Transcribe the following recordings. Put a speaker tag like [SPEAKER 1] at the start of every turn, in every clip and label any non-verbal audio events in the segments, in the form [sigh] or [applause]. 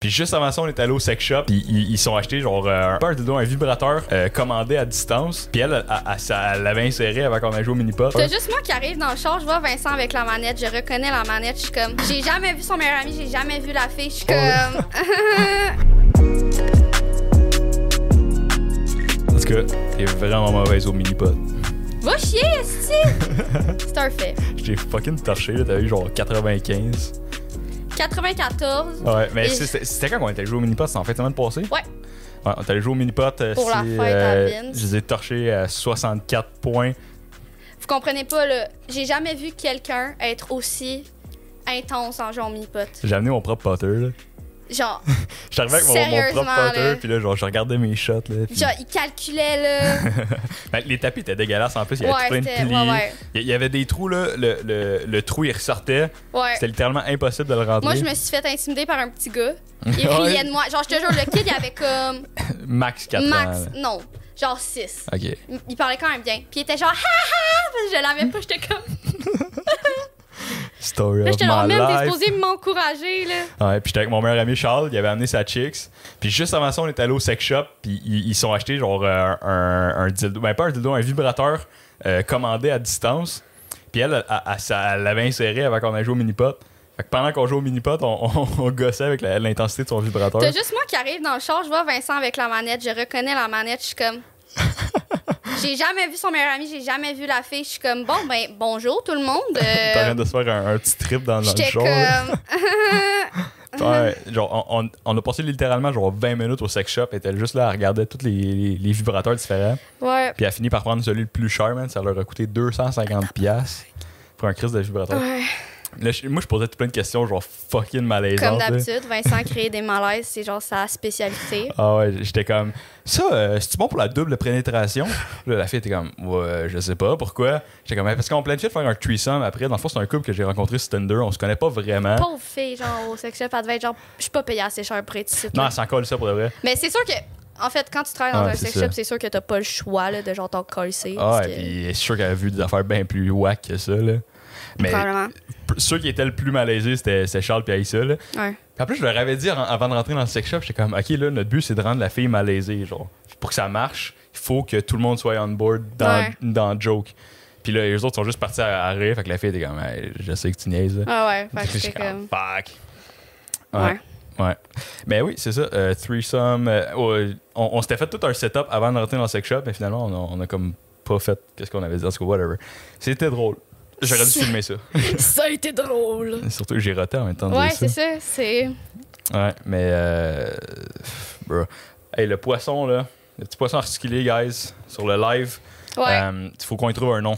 [SPEAKER 1] Puis juste avant ça, on est allé au sex shop. Puis ils, ils sont achetés genre euh, un peu un dildo, un vibrateur euh, commandé à distance. Puis elle, elle, elle- ça- elle l'avait inséré avant qu'on ait joué au mini pot.
[SPEAKER 2] C'est juste moi qui arrive dans le char, je vois Vincent avec la manette, je reconnais la manette, je suis comme, j'ai jamais vu son meilleur ami, j'ai jamais vu la fille, je suis comme, [laughs]
[SPEAKER 1] Parce que t'es vraiment mauvaise au mini pot.
[SPEAKER 2] va chier,
[SPEAKER 1] [laughs]
[SPEAKER 2] esti! C'est un fait.
[SPEAKER 1] Je t'ai fucking torché là, t'as eu genre 95.
[SPEAKER 2] 94
[SPEAKER 1] Ouais, mais
[SPEAKER 2] Et-
[SPEAKER 1] c'est- c'est- c'était quand qu'on était joué au mini pot, c'était en fin de semaine passée?
[SPEAKER 2] Ouais.
[SPEAKER 1] Ouais, on était allé jouer au mini pot. euh,
[SPEAKER 2] Pour la
[SPEAKER 1] c'est,
[SPEAKER 2] fête à Vince.
[SPEAKER 1] Je les ai torchés à 64 points.
[SPEAKER 2] Vous comprenez pas, là. J'ai jamais vu quelqu'un être aussi intense en genre mi-pote.
[SPEAKER 1] J'ai amené mon propre potter là.
[SPEAKER 2] Genre,
[SPEAKER 1] J'étais arrivé avec mon, mon
[SPEAKER 2] Sérieusement,
[SPEAKER 1] propre
[SPEAKER 2] là.
[SPEAKER 1] potter, puis là, genre, je regardais mes shots. Là, puis-
[SPEAKER 2] genre, il calculait, là.
[SPEAKER 1] [laughs] Ben, les tapis étaient dégueulasses en plus, il y avait tout
[SPEAKER 2] Ouais,
[SPEAKER 1] plein de
[SPEAKER 2] c'était.
[SPEAKER 1] plis.
[SPEAKER 2] Ouais, ouais.
[SPEAKER 1] Il y- il y avait des trous, là, le, le- le trou il ressortait.
[SPEAKER 2] Ouais.
[SPEAKER 1] C'était littéralement impossible de le rentrer.
[SPEAKER 2] Moi, je me suis fait intimider par un petit gars. Il
[SPEAKER 1] [laughs] Ouais.
[SPEAKER 2] riait de moi. Genre, je te jure, le kid, il avait comme
[SPEAKER 1] Max 4
[SPEAKER 2] max,
[SPEAKER 1] ans. là.
[SPEAKER 2] non, genre 6.
[SPEAKER 1] Ok.
[SPEAKER 2] Il parlait quand même bien. Puis il était genre, ha ha! Parce que Je l'avais pas, j'étais comme.
[SPEAKER 1] Story
[SPEAKER 2] Là,
[SPEAKER 1] of
[SPEAKER 2] j'étais genre,
[SPEAKER 1] my
[SPEAKER 2] même t'es
[SPEAKER 1] life.
[SPEAKER 2] supposé m'encourager, là.
[SPEAKER 1] Ouais, puis j'étais avec mon meilleur ami Charles, il avait amené sa chicks. Puis juste avant ça, on est allé au sex shop, puis ils, ils sont achetés genre euh, un, un- un dildo, ben pas un dildo, un vibrateur euh, commandé à distance. Puis elle, elle, elle- ça- elle l'avait inséré avant qu'on ait joué au mini-pot. Fait que pendant qu'on jouait au mini-pot, on, on- [laughs] on gossait avec la- l'intensité de son vibrateur.
[SPEAKER 2] T'as juste moi qui arrive dans le char, je vois Vincent avec la manette, je reconnais la manette, je suis
[SPEAKER 1] [laughs]
[SPEAKER 2] comme. j'ai jamais vu son meilleur ami, j'ai jamais vu la fille, je suis comme bon ben bonjour tout
[SPEAKER 1] [laughs]
[SPEAKER 2] le monde.
[SPEAKER 1] T'es en train
[SPEAKER 2] Euh,
[SPEAKER 1] de se faire un, un petit trip dans, dans le
[SPEAKER 2] J'étais
[SPEAKER 1] show.
[SPEAKER 2] comme
[SPEAKER 1] Ouais, genre, on, on- on a passé littéralement genre 20 minutes au sex shop. Elle était juste là, elle regardait tous les, les- les vibrateurs différents.
[SPEAKER 2] [laughs] ouais
[SPEAKER 1] Puis elle a fini par prendre celui le plus cher, man. Ça leur a coûté 250$ piastres pour un crise de vibrateur.
[SPEAKER 2] ouais.
[SPEAKER 1] Là, je- moi, je posais tout plein de questions, genre fucking
[SPEAKER 2] comme
[SPEAKER 1] malaisantes. là.
[SPEAKER 2] d'habitude Vincent crée des malaises, c'est genre sa spécialité.
[SPEAKER 1] Ah ouais, j'étais comme, ça, euh, c'est-tu bon pour la double pénétration? Là, la fille était comme, ouais, je sais pas, pourquoi? J'étais comme, parce qu'on planifie de faire un threesome après. Dans le fond, c'est un couple que j'ai rencontré sur Tinder, on se connaît pas vraiment.
[SPEAKER 2] Pauvre fille genre au sex shop, elle devait être genre je suis pas payée assez cher pour être ici.
[SPEAKER 1] Non,
[SPEAKER 2] là.
[SPEAKER 1] elle s'en colle ça pour de vrai.
[SPEAKER 2] Mais c'est sûr que en fait quand tu travailles dans
[SPEAKER 1] Ah,
[SPEAKER 2] un
[SPEAKER 1] c'est
[SPEAKER 2] sex
[SPEAKER 1] ça.
[SPEAKER 2] shop, c'est sûr que t'as pas le choix là, de genre t'en coller.
[SPEAKER 1] Ah, ouais, puis c'est sûr qu'elle a vu des affaires bien plus whack que ça, là. Mais
[SPEAKER 2] probablement.
[SPEAKER 1] p- ceux qui étaient le plus malaisés, c'était c'était Charles et Aïssa, là. Puis
[SPEAKER 2] Ouais.
[SPEAKER 1] en plus, je leur avais dit en- avant de rentrer dans le sex shop, j'étais comme, OK, là, notre but, c'est de rendre la fille malaisée, genre. Pour que ça marche, il faut que tout le monde soit on board dans,
[SPEAKER 2] Ouais.
[SPEAKER 1] dans le joke. Puis là, les autres sont juste partis à, à rire, fait que la fille était comme, Hey, je sais que tu niaises, là.
[SPEAKER 2] Ah ouais, fait que
[SPEAKER 1] [laughs] J'étais
[SPEAKER 2] c'est comme
[SPEAKER 1] fuck.
[SPEAKER 2] ouais.
[SPEAKER 1] Ouais. Mais oui, c'est ça. euh, threesome. euh, ouais, on on s'était fait tout un setup avant de rentrer dans le sex shop, mais finalement, on a, on a comme pas fait qu'est-ce qu'on avait dit, en tout cas, whatever. C'était drôle. J'aurais dû filmer
[SPEAKER 2] [laughs]
[SPEAKER 1] ça.
[SPEAKER 2] [laughs] Ça a été drôle.
[SPEAKER 1] Surtout que j'ai roté en même temps de
[SPEAKER 2] Ouais,
[SPEAKER 1] dire ça.
[SPEAKER 2] c'est ça. C'est.
[SPEAKER 1] Ouais, mais... Euh, bro. Hey, le poisson, là. Le petit poisson articulé, guys, sur le live. Il
[SPEAKER 2] Ouais.
[SPEAKER 1] faut qu'on y trouve un nom.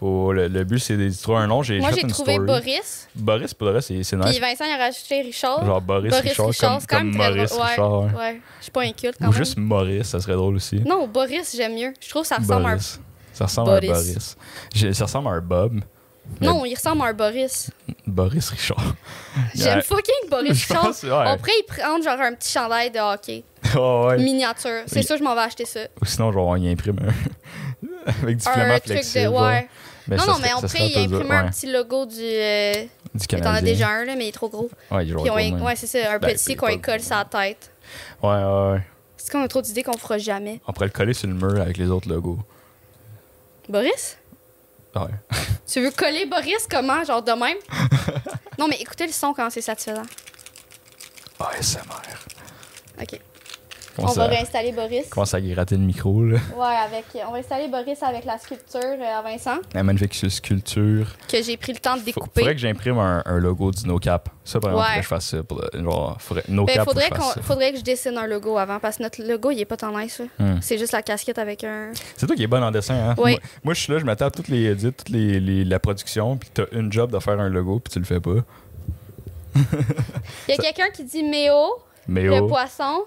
[SPEAKER 1] Faut, le, le but, c'est de trouver un nom. J'ai
[SPEAKER 2] Moi,
[SPEAKER 1] fait
[SPEAKER 2] j'ai
[SPEAKER 1] une
[SPEAKER 2] trouvé
[SPEAKER 1] story.
[SPEAKER 2] Boris.
[SPEAKER 1] Boris, pour le reste, c'est c'est nice.
[SPEAKER 2] Puis Vincent, il a rajouté Richard.
[SPEAKER 1] Genre Boris,
[SPEAKER 2] Boris
[SPEAKER 1] Richard,
[SPEAKER 2] Richard,
[SPEAKER 1] comme,
[SPEAKER 2] c'est quand même
[SPEAKER 1] comme
[SPEAKER 2] très
[SPEAKER 1] Maurice
[SPEAKER 2] drôle. Ouais.
[SPEAKER 1] Richard. ouais.
[SPEAKER 2] Ouais. Je suis pas inculte quand
[SPEAKER 1] Ou
[SPEAKER 2] même.
[SPEAKER 1] juste Maurice, ça serait drôle aussi.
[SPEAKER 2] Non, Boris, j'aime mieux. Je trouve que ça ressemble à un.
[SPEAKER 1] Boris. Ça ressemble
[SPEAKER 2] Boris.
[SPEAKER 1] à un Boris. J'ai- Ça ressemble à un Bob. Mais-
[SPEAKER 2] Non, il ressemble à un Boris.
[SPEAKER 1] Boris Richard.
[SPEAKER 2] J'aime
[SPEAKER 1] Ouais.
[SPEAKER 2] fucking
[SPEAKER 1] [laughs]
[SPEAKER 2] Boris
[SPEAKER 1] Je
[SPEAKER 2] Richard.
[SPEAKER 1] pense, ouais.
[SPEAKER 2] On pourrait y prendre genre un petit chandail de hockey.
[SPEAKER 1] Oh, [laughs] ouais.
[SPEAKER 2] Miniature. C'est
[SPEAKER 1] Oui.
[SPEAKER 2] sûr, je m'en vais acheter ça.
[SPEAKER 1] Ou sinon, genre, on y imprime un. [laughs] avec du filament
[SPEAKER 2] Un truc
[SPEAKER 1] flexible.
[SPEAKER 2] de. Ouais. non,
[SPEAKER 1] Ben, ça
[SPEAKER 2] non,
[SPEAKER 1] serait-
[SPEAKER 2] mais on
[SPEAKER 1] ça
[SPEAKER 2] pourrait
[SPEAKER 1] serait
[SPEAKER 2] y
[SPEAKER 1] pas dur,
[SPEAKER 2] imprimer un
[SPEAKER 1] ouais,
[SPEAKER 2] petit logo du. euh,
[SPEAKER 1] Du
[SPEAKER 2] T'en
[SPEAKER 1] Canadien.
[SPEAKER 2] as déjà un, là, mais il est trop gros.
[SPEAKER 1] Ouais, il est
[SPEAKER 2] Puis on
[SPEAKER 1] genre
[SPEAKER 2] y-
[SPEAKER 1] gros,
[SPEAKER 2] Ouais, c'est ça, un
[SPEAKER 1] Ben,
[SPEAKER 2] petit
[SPEAKER 1] c'est
[SPEAKER 2] qu'on y
[SPEAKER 1] pas-
[SPEAKER 2] colle sa tête.
[SPEAKER 1] ouais, ouais, ouais.
[SPEAKER 2] C'est qu'on a trop d'idées qu'on fera jamais.
[SPEAKER 1] On pourrait le coller sur le mur avec les autres logos.
[SPEAKER 2] Boris?
[SPEAKER 1] Ouais.
[SPEAKER 2] Tu veux coller Boris comment? Genre
[SPEAKER 1] [laughs]
[SPEAKER 2] de même? non, mais écoutez le son quand c'est satisfaisant.
[SPEAKER 1] ASMR.
[SPEAKER 2] OK.
[SPEAKER 1] Comment
[SPEAKER 2] on va
[SPEAKER 1] ça,
[SPEAKER 2] réinstaller Boris.
[SPEAKER 1] commence à gratter le micro, là.
[SPEAKER 2] Ouais, avec, on va installer Boris avec la sculpture euh, à Vincent
[SPEAKER 1] La magnifique sculpture.
[SPEAKER 2] que j'ai pris le temps de
[SPEAKER 1] Faut-
[SPEAKER 2] découper.
[SPEAKER 1] Faudrait que j'imprime un, un logo du NoCap. Ça, par exemple,
[SPEAKER 2] Ouais.
[SPEAKER 1] faudrait que je fasse ça. Pour le, genre, faudrait, NoCap,
[SPEAKER 2] Ben,
[SPEAKER 1] faut que
[SPEAKER 2] faudrait,
[SPEAKER 1] je fasse
[SPEAKER 2] qu'on-
[SPEAKER 1] ça.
[SPEAKER 2] faudrait que je dessine un logo avant parce que notre logo, il est pas tant nice. là.
[SPEAKER 1] Hmm.
[SPEAKER 2] C'est juste la casquette avec un.
[SPEAKER 1] C'est toi qui es bonne en dessin, hein?
[SPEAKER 2] Oui.
[SPEAKER 1] Moi, moi, je suis là, je m'attends à toutes les edits, toute les, les- la production, puis t'as une job de faire un logo, puis tu le fais pas.
[SPEAKER 2] Il y a quelqu'un qui dit Méo,
[SPEAKER 1] Mais
[SPEAKER 2] le
[SPEAKER 1] oh,
[SPEAKER 2] poisson.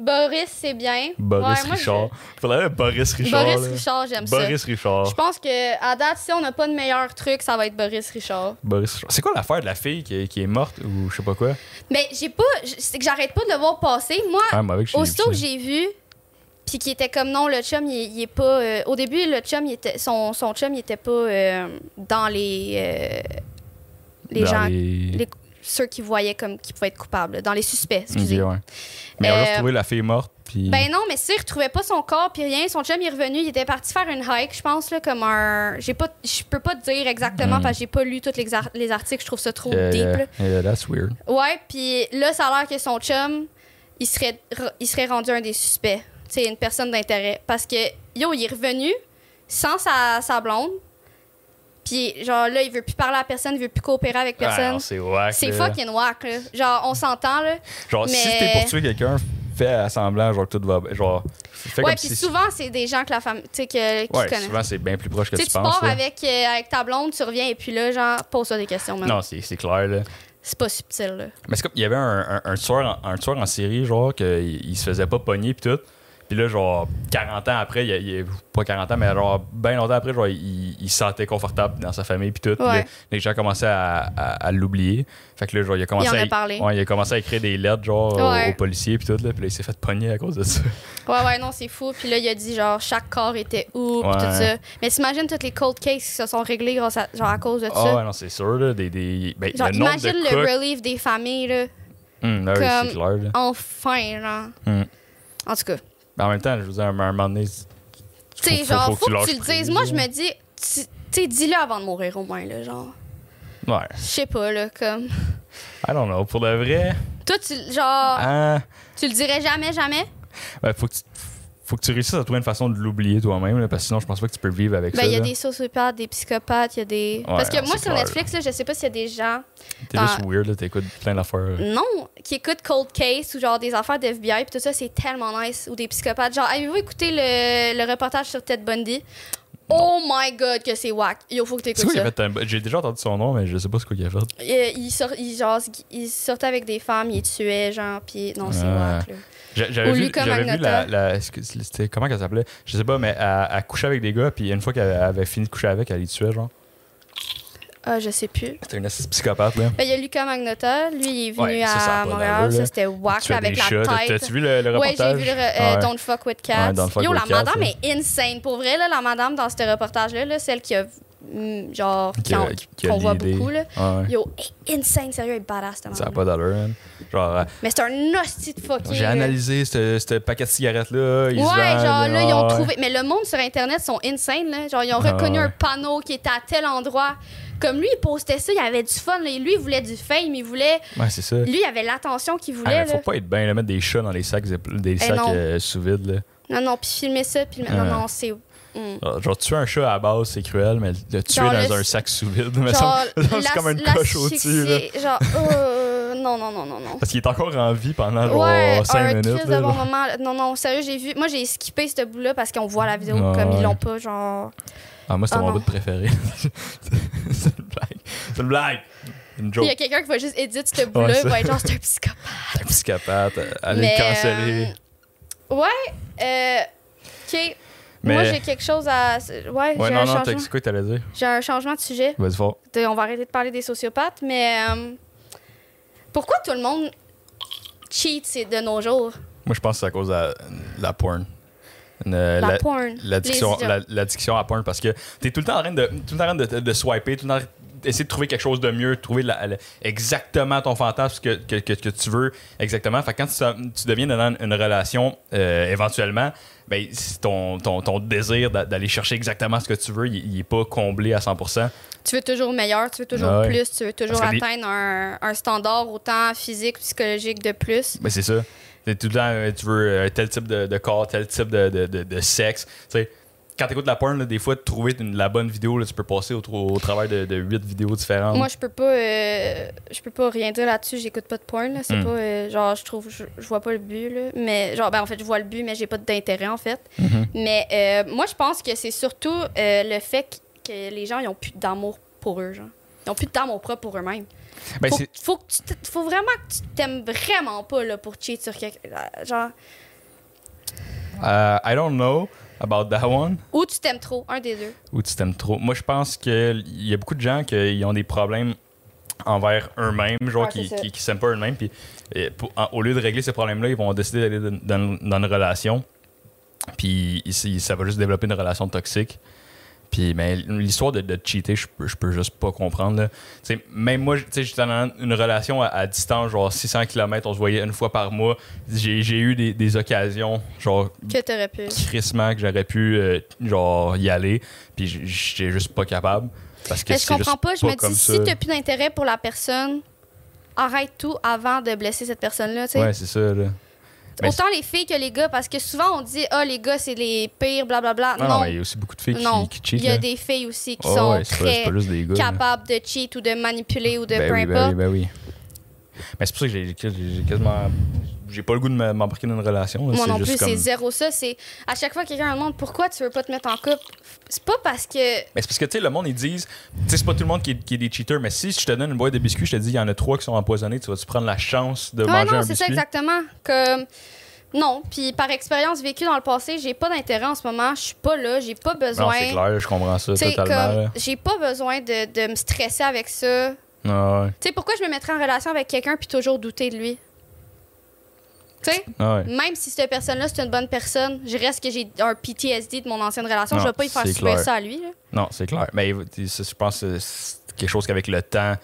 [SPEAKER 2] Boris, c'est bien.
[SPEAKER 1] Boris
[SPEAKER 2] Ouais, moi, je-
[SPEAKER 1] Richard. Faudrait un Boris Richard.
[SPEAKER 2] Boris
[SPEAKER 1] là.
[SPEAKER 2] Richard, j'aime ça.
[SPEAKER 1] Boris Richard.
[SPEAKER 2] Je pense que à date, si on n'a pas de meilleur truc, ça va être Boris Richard.
[SPEAKER 1] Boris Richard. C'est quoi l'affaire de la fille qui, est- qui est morte ou je sais pas quoi?
[SPEAKER 2] Mais j'ai pas. j- C'est que j'arrête pas de le voir passer. Moi,
[SPEAKER 1] Ah, mais avec, j'ai-
[SPEAKER 2] aussitôt que
[SPEAKER 1] j'ai-
[SPEAKER 2] j'ai vu, puis qui était comme non, le chum, il, il est pas. euh, au début, le chum, il était, son, son chum, il était pas euh, dans les. euh, les
[SPEAKER 1] dans
[SPEAKER 2] gens.
[SPEAKER 1] les-
[SPEAKER 2] les- ceux qui voyaient comme qui pouvaient être coupables, dans les suspects, excusez.
[SPEAKER 1] Ok, ouais. Mais on a
[SPEAKER 2] Euh,
[SPEAKER 1] retrouvé la fille morte, puis.
[SPEAKER 2] Ben non, mais c'est, il retrouvait pas son corps puis rien. Son chum il est revenu, il était parti faire une hike, je pense là comme un, j'ai pas, je peux pas te dire exactement
[SPEAKER 1] Mm.
[SPEAKER 2] parce que j'ai pas lu tous les, ar- les articles, je trouve ça trop
[SPEAKER 1] Yeah,
[SPEAKER 2] deep.
[SPEAKER 1] yeah.
[SPEAKER 2] là.
[SPEAKER 1] Yeah, euh, that's weird.
[SPEAKER 2] Ouais, puis là ça a l'air que son chum, il serait, il serait rendu un des suspects, c'est une personne d'intérêt, parce que yo il est revenu sans sa, sa blonde, puis genre là il veut plus parler à personne, il veut plus coopérer avec personne.
[SPEAKER 1] Ah, c'est whack.
[SPEAKER 2] c'est
[SPEAKER 1] là.
[SPEAKER 2] fucking whack là. Genre on s'entend là.
[SPEAKER 1] Genre, si
[SPEAKER 2] mais-
[SPEAKER 1] t'es pour tuer quelqu'un, fais à semblant, genre, que tout va. Genre, fais
[SPEAKER 2] ouais,
[SPEAKER 1] comme
[SPEAKER 2] puis
[SPEAKER 1] si.
[SPEAKER 2] souvent c'est des gens que la femme, tu sais que qui
[SPEAKER 1] ouais,
[SPEAKER 2] connaissent.
[SPEAKER 1] souvent, c'est bien plus proche que
[SPEAKER 2] Tu
[SPEAKER 1] tu,
[SPEAKER 2] sais, tu
[SPEAKER 1] penses.
[SPEAKER 2] pars
[SPEAKER 1] là.
[SPEAKER 2] avec, euh, avec ta blonde, tu reviens et puis là, genre, pose-toi des questions. man.
[SPEAKER 1] Non, c'est c'est clair, là.
[SPEAKER 2] C'est pas subtil, là.
[SPEAKER 1] Mais c'est comme, il y avait un, un, un tueur, en, un tueur en série, genre, qu'il se faisait pas pogner, pis tout. Puis là, genre, 40 ans après, il, il- pas 40 ans, mais genre, bien longtemps après, genre, il, il se sentait confortable dans sa famille, puis tout. Puis
[SPEAKER 2] Ouais.
[SPEAKER 1] là, les gens commençaient à, à- à l'oublier. Fait que là, genre, il a commencé
[SPEAKER 2] Il en a
[SPEAKER 1] à.
[SPEAKER 2] parlé.
[SPEAKER 1] Ouais, il a commencé à écrire des lettres, genre, aux-
[SPEAKER 2] Ouais.
[SPEAKER 1] aux, policiers, puis tout, là. Puis là, il s'est fait pogner à cause de ça.
[SPEAKER 2] Ouais, ouais, non, c'est fou. Puis là, il a dit, genre, chaque corps était où, puis
[SPEAKER 1] Ouais.
[SPEAKER 2] tout ça. Mais t'imagines toutes les cold cases qui se sont réglées grâce à, genre, à cause de
[SPEAKER 1] Ah, ouais,
[SPEAKER 2] ça.
[SPEAKER 1] non, c'est sûr, là. Des, des, ben,
[SPEAKER 2] Genre,
[SPEAKER 1] le nombre
[SPEAKER 2] imagine
[SPEAKER 1] de
[SPEAKER 2] le
[SPEAKER 1] cas-
[SPEAKER 2] relief des familles, là.
[SPEAKER 1] Hum, ouais, c'est
[SPEAKER 2] comme-
[SPEAKER 1] clair, là.
[SPEAKER 2] Enfin, genre.
[SPEAKER 1] Hum.
[SPEAKER 2] En tout cas.
[SPEAKER 1] Mais En même temps, je veux dire, à un moment donné,
[SPEAKER 2] Tu sais,
[SPEAKER 1] Faut- faut-
[SPEAKER 2] genre,
[SPEAKER 1] faut
[SPEAKER 2] faut,
[SPEAKER 1] que tu
[SPEAKER 2] que
[SPEAKER 1] lâches
[SPEAKER 2] tu le
[SPEAKER 1] prise,
[SPEAKER 2] dises. Moi,
[SPEAKER 1] là.
[SPEAKER 2] je me dis, tu tu sais, dis-le avant de mourir, au moins, là, genre.
[SPEAKER 1] ouais.
[SPEAKER 2] Je sais pas, là, comme.
[SPEAKER 1] I don't know. Pour de vrai,
[SPEAKER 2] Toi, tu, genre,
[SPEAKER 1] hein,
[SPEAKER 2] tu le dirais jamais, jamais?
[SPEAKER 1] ben, faut, que tu, faut que tu réussisses à trouver une façon de l'oublier toi-même, là, parce que sinon, je pense pas que tu peux vivre avec
[SPEAKER 2] Ben,
[SPEAKER 1] ça.
[SPEAKER 2] il y a
[SPEAKER 1] là.
[SPEAKER 2] des sociopathes, des psychopathes, il y a des. Parce que
[SPEAKER 1] non,
[SPEAKER 2] moi,
[SPEAKER 1] c'est
[SPEAKER 2] sur
[SPEAKER 1] clair.
[SPEAKER 2] Netflix, là, je sais pas s'il y a des gens.
[SPEAKER 1] T'es
[SPEAKER 2] dans-
[SPEAKER 1] juste weird, là, t'écoutes plein
[SPEAKER 2] Mm,
[SPEAKER 1] d'affaires.
[SPEAKER 2] Non, qui écoutent Cold Case ou genre des affaires de FBI, puis tout ça, c'est tellement nice. Ou des psychopathes. Genre, avez-vous écouté le, le reportage sur Ted Bundy? Oh my god, que c'est whack. Yo, faut que
[SPEAKER 1] C'est quoi
[SPEAKER 2] t'écoutes
[SPEAKER 1] qu'il a
[SPEAKER 2] ça.
[SPEAKER 1] fait? un- J'ai déjà entendu son nom, mais je sais pas ce qu'il a fait.
[SPEAKER 2] Euh, Il, sort, il, genre, il sortait avec des femmes, il tuait, genre, puis non, c'est
[SPEAKER 1] Ouais.
[SPEAKER 2] whack, là.
[SPEAKER 1] J'a- J'avais
[SPEAKER 2] Ou
[SPEAKER 1] vu,
[SPEAKER 2] Luca
[SPEAKER 1] j'avais vu la.
[SPEAKER 2] Magnotta.
[SPEAKER 1] la- est-ce que c'était- comment qu'elle s'appelait? Je sais pas, mais elle, elle couchait avec des gars, puis une fois qu'elle avait fini de coucher avec, elle les tuait, genre.
[SPEAKER 2] Ah, je sais plus.
[SPEAKER 1] C'était une astuce psychopathe, là.
[SPEAKER 2] Ben, Il y a Lucas Magnotta, lui, il est venu
[SPEAKER 1] Ouais, ça, ça a
[SPEAKER 2] à
[SPEAKER 1] pas
[SPEAKER 2] Montréal,
[SPEAKER 1] d'allure, là.
[SPEAKER 2] ça c'était whack
[SPEAKER 1] Tuait
[SPEAKER 2] là, Ah, avec
[SPEAKER 1] des
[SPEAKER 2] la
[SPEAKER 1] chats. T'as-
[SPEAKER 2] tête.
[SPEAKER 1] T'as-tu vu le, le
[SPEAKER 2] Ouais,
[SPEAKER 1] reportage? Ah
[SPEAKER 2] j'ai vu le re- euh,
[SPEAKER 1] Ouais.
[SPEAKER 2] Don't Fuck With Cats.
[SPEAKER 1] Ouais, Don't Fuck
[SPEAKER 2] Yo,
[SPEAKER 1] With
[SPEAKER 2] la
[SPEAKER 1] Cats,
[SPEAKER 2] madame
[SPEAKER 1] ouais.
[SPEAKER 2] est insane. Pour vrai, là, la madame dans ce reportage-là, là, celle qui a. mm, genre,
[SPEAKER 1] Qui a-
[SPEAKER 2] qu'on
[SPEAKER 1] qui a
[SPEAKER 2] qu'on voit
[SPEAKER 1] l'idée. Ah
[SPEAKER 2] beaucoup, là.
[SPEAKER 1] Ouais.
[SPEAKER 2] Yo, est insane, sérieux, elle est badass, cette
[SPEAKER 1] Ça n'a
[SPEAKER 2] madame.
[SPEAKER 1] pas d'allure, man. Genre, euh,
[SPEAKER 2] Mais c'est un hostie de fucking.
[SPEAKER 1] j'ai
[SPEAKER 2] là.
[SPEAKER 1] analysé ce ce paquet de cigarettes-là. ils
[SPEAKER 2] euh, Ouais,
[SPEAKER 1] se vendent,
[SPEAKER 2] genre là, ils ont
[SPEAKER 1] ouais.
[SPEAKER 2] trouvé. Mais le monde sur Internet sont insane, là. Genre, ils ont
[SPEAKER 1] Ah,
[SPEAKER 2] reconnu
[SPEAKER 1] ouais.
[SPEAKER 2] un panneau qui était à tel endroit. Comme lui, il postait ça, il avait du fun, là. Lui, il voulait du fame, il voulait.
[SPEAKER 1] Ouais, c'est ça.
[SPEAKER 2] Lui, il avait l'attention qu'il
[SPEAKER 1] Ah, mais
[SPEAKER 2] voulait,
[SPEAKER 1] faut
[SPEAKER 2] là. Eh
[SPEAKER 1] pas être bien, là, mettre des chats dans les sacs, zip- des sacs
[SPEAKER 2] non.
[SPEAKER 1] euh, sous vide. Là.
[SPEAKER 2] Non, non, puis filmer ça, puis. le- Non,
[SPEAKER 1] Ouais.
[SPEAKER 2] non, c'est. Mm.
[SPEAKER 1] Genre, genre, tuer un chat à la base, c'est cruel, mais le tuer
[SPEAKER 2] Genre,
[SPEAKER 1] dans
[SPEAKER 2] le-
[SPEAKER 1] un sac sous vide, [laughs] me
[SPEAKER 2] Genre,
[SPEAKER 1] semble- me semble
[SPEAKER 2] l'as-
[SPEAKER 1] c'est comme une coche
[SPEAKER 2] l'asphyxie,
[SPEAKER 1] au-dessus. là.
[SPEAKER 2] Genre, euh, non, non, non, non, non.
[SPEAKER 1] Parce qu'il est encore en vie pendant Ah, genre,
[SPEAKER 2] Ouais,
[SPEAKER 1] 5
[SPEAKER 2] un
[SPEAKER 1] minutes.
[SPEAKER 2] crise
[SPEAKER 1] là,
[SPEAKER 2] de bon
[SPEAKER 1] genre.
[SPEAKER 2] moment. Non, non, sérieux, j'ai vu. Moi, j'ai skippé ce bout-là parce qu'on voit la vidéo
[SPEAKER 1] Ah,
[SPEAKER 2] comme
[SPEAKER 1] ouais.
[SPEAKER 2] ils l'ont pas, genre.
[SPEAKER 1] Ah, moi, c'est
[SPEAKER 2] Ah,
[SPEAKER 1] mon
[SPEAKER 2] non.
[SPEAKER 1] bout préféré. [laughs] c'est une blague. C'est une blague. Une
[SPEAKER 2] Il
[SPEAKER 1] joke.
[SPEAKER 2] y a quelqu'un qui va juste éditer ce bout-là,
[SPEAKER 1] Ouais, ça.
[SPEAKER 2] il va être genre, c'est un psychopathe.
[SPEAKER 1] Un psychopathe. euh, Allez
[SPEAKER 2] Mais,
[SPEAKER 1] le canceller.
[SPEAKER 2] euh, ouais, euh. Ok.
[SPEAKER 1] Mais-
[SPEAKER 2] Moi, j'ai quelque chose à. Ouais,
[SPEAKER 1] ouais,
[SPEAKER 2] j'ai
[SPEAKER 1] non,
[SPEAKER 2] un
[SPEAKER 1] non, t'as-
[SPEAKER 2] changement.
[SPEAKER 1] c'est quoi que t'allais dire?
[SPEAKER 2] J'ai un changement de sujet.
[SPEAKER 1] Vas-y, fort.
[SPEAKER 2] De- on va arrêter de parler des sociopathes, mais. euh, pourquoi tout le monde cheat c'est de nos jours?
[SPEAKER 1] Moi, je pense que c'est à cause de la, la porn. Une, euh,
[SPEAKER 2] La porn.
[SPEAKER 1] L'addiction
[SPEAKER 2] Les-
[SPEAKER 1] la- l'addiction à porn parce que t'es tout le temps en train de, tout le temps en train de, de swiper, tout le temps d'essayer de trouver quelque chose de mieux, de trouver la- la- exactement ton fantasme que, que, que, que tu veux exactement. Fait que quand tu, t'en- tu deviens dans une relation euh, éventuellement, ben, c'est ton, ton, ton désir d'a- d'aller chercher exactement ce que tu veux, il, il est pas comblé à 100%.
[SPEAKER 2] Tu veux toujours meilleur, tu veux toujours
[SPEAKER 1] Ah ouais.
[SPEAKER 2] plus, tu veux toujours
[SPEAKER 1] Parce que les-
[SPEAKER 2] atteindre un, un standard autant physique, psychologique de plus.
[SPEAKER 1] Mais Ben, c'est ça. T'es tout le temps, euh, tu veux euh, tel type de, de corps, tel type de, de, de, de sexe. Tu sais, quand t'écoutes la porn, là, des fois, de trouver une- la bonne vidéo, là, tu peux passer au, tro- au travers de, de 8 vidéos différentes.
[SPEAKER 2] Moi, je peux pas, euh, je peux pas rien dire là-dessus. J'écoute pas de porn. là. C'est
[SPEAKER 1] Mm.
[SPEAKER 2] pas, euh, genre, je trouve, je, je vois pas le but. Là. Mais genre, ben, en fait, je vois le but, mais j'ai pas d'intérêt en fait.
[SPEAKER 1] Mm-hmm.
[SPEAKER 2] Mais euh, moi, je pense que c'est surtout euh, le fait que, que les gens ils ont plus d'amour pour eux, genre. Ils ont plus d'amour propre pour eux-mêmes.
[SPEAKER 1] Ben,
[SPEAKER 2] faut,
[SPEAKER 1] c'est-
[SPEAKER 2] faut, que tu t- faut vraiment que tu t'aimes vraiment pas là, pour cheat sur quelqu'un. Genre,
[SPEAKER 1] Euh, I don't know about that one.
[SPEAKER 2] ou tu t'aimes trop, un des deux.
[SPEAKER 1] Ou tu t'aimes trop. Moi, je pense qu'il y a beaucoup de gens qui euh, ont des problèmes envers eux-mêmes, genre
[SPEAKER 2] Ouais,
[SPEAKER 1] qui,
[SPEAKER 2] c'est ça.
[SPEAKER 1] qui, qui s'aiment pas eux-mêmes. Puis euh, pour- en- au lieu de régler ces problèmes-là, ils vont décider d'aller dans, dans- dans une relation. Puis ici, ça va juste développer une relation toxique. Puis, mais l'histoire de, de cheater, je peux, je peux juste pas comprendre. là. Tu sais, même moi, tu sais, j'étais dans une relation à, à distance, genre 600 km, on se voyait une fois par mois. J'ai j'ai eu des, des occasions, genre
[SPEAKER 2] Que t'aurais pu.
[SPEAKER 1] crissement, que j'aurais pu euh, genre y aller. Puis j- j'étais juste pas capable. Parce que
[SPEAKER 2] Mais je
[SPEAKER 1] c'est
[SPEAKER 2] comprends
[SPEAKER 1] juste
[SPEAKER 2] pas. Je me
[SPEAKER 1] comme
[SPEAKER 2] dis,
[SPEAKER 1] ça.
[SPEAKER 2] si t'as plus d'intérêt pour la personne, arrête tout avant de blesser cette personne-là. tu sais.
[SPEAKER 1] Ouais, c'est ça. Là. mais
[SPEAKER 2] Autant les filles que les gars, parce que souvent on dit, ah, les gars, c'est les pires, blablabla.
[SPEAKER 1] Ah,
[SPEAKER 2] non,
[SPEAKER 1] ouais, il y a aussi beaucoup de filles qui,
[SPEAKER 2] non.
[SPEAKER 1] qui cheatent.
[SPEAKER 2] Il y a
[SPEAKER 1] là.
[SPEAKER 2] des filles aussi qui
[SPEAKER 1] Ah
[SPEAKER 2] sont
[SPEAKER 1] ouais, c'est pas- c'est
[SPEAKER 2] très
[SPEAKER 1] pas juste des gars. là.
[SPEAKER 2] capables de cheat ou de manipuler ou de
[SPEAKER 1] ben
[SPEAKER 2] peu
[SPEAKER 1] oui, ben
[SPEAKER 2] importe.
[SPEAKER 1] oui, ben oui. Mais c'est pour ça que j'ai- que j'ai j'ai quasiment. J'ai pas le goût de me- m'embarquer dans une relation. là.
[SPEAKER 2] Moi
[SPEAKER 1] ben C'est
[SPEAKER 2] non
[SPEAKER 1] juste
[SPEAKER 2] plus,
[SPEAKER 1] comme-
[SPEAKER 2] c'est zéro ça. C'est à chaque fois que quelqu'un me demande pourquoi tu veux pas te mettre en couple. C'est pas parce que
[SPEAKER 1] Mais c'est parce que, tu sais, le monde, ils disent, tu sais, c'est pas tout le monde qui est, qui est des cheaters, mais si je te donne une boîte de biscuits, je te dis, il y en a trois qui sont empoisonnés, tu vas-tu prendre la chance de
[SPEAKER 2] Ouais,
[SPEAKER 1] manger
[SPEAKER 2] non,
[SPEAKER 1] un
[SPEAKER 2] c'est ça
[SPEAKER 1] biscuit?
[SPEAKER 2] exactement. Comme non, puis par expérience vécue dans le passé, j'ai pas d'intérêt en ce moment. Je suis pas là, j'ai pas
[SPEAKER 1] Non,
[SPEAKER 2] besoin.
[SPEAKER 1] c'est clair, je comprends ça
[SPEAKER 2] Tu sais,
[SPEAKER 1] totalement.
[SPEAKER 2] comme,
[SPEAKER 1] là.
[SPEAKER 2] j'ai pas besoin de, de me stresser avec ça.
[SPEAKER 1] Ah ouais,
[SPEAKER 2] Tu sais, pourquoi je me mettrais en relation avec quelqu'un puis toujours douter de lui? Tu sais,
[SPEAKER 1] ah ouais.
[SPEAKER 2] même si cette personne-là, c'est une bonne personne, je reste que j'ai un PTSD de mon ancienne relation,
[SPEAKER 1] Non,
[SPEAKER 2] je vais pas y faire
[SPEAKER 1] c'est
[SPEAKER 2] subir
[SPEAKER 1] clair.
[SPEAKER 2] ça à lui. là.
[SPEAKER 1] Non, c'est clair. Mais tu sais, je pense que c'est quelque chose qu'avec le temps,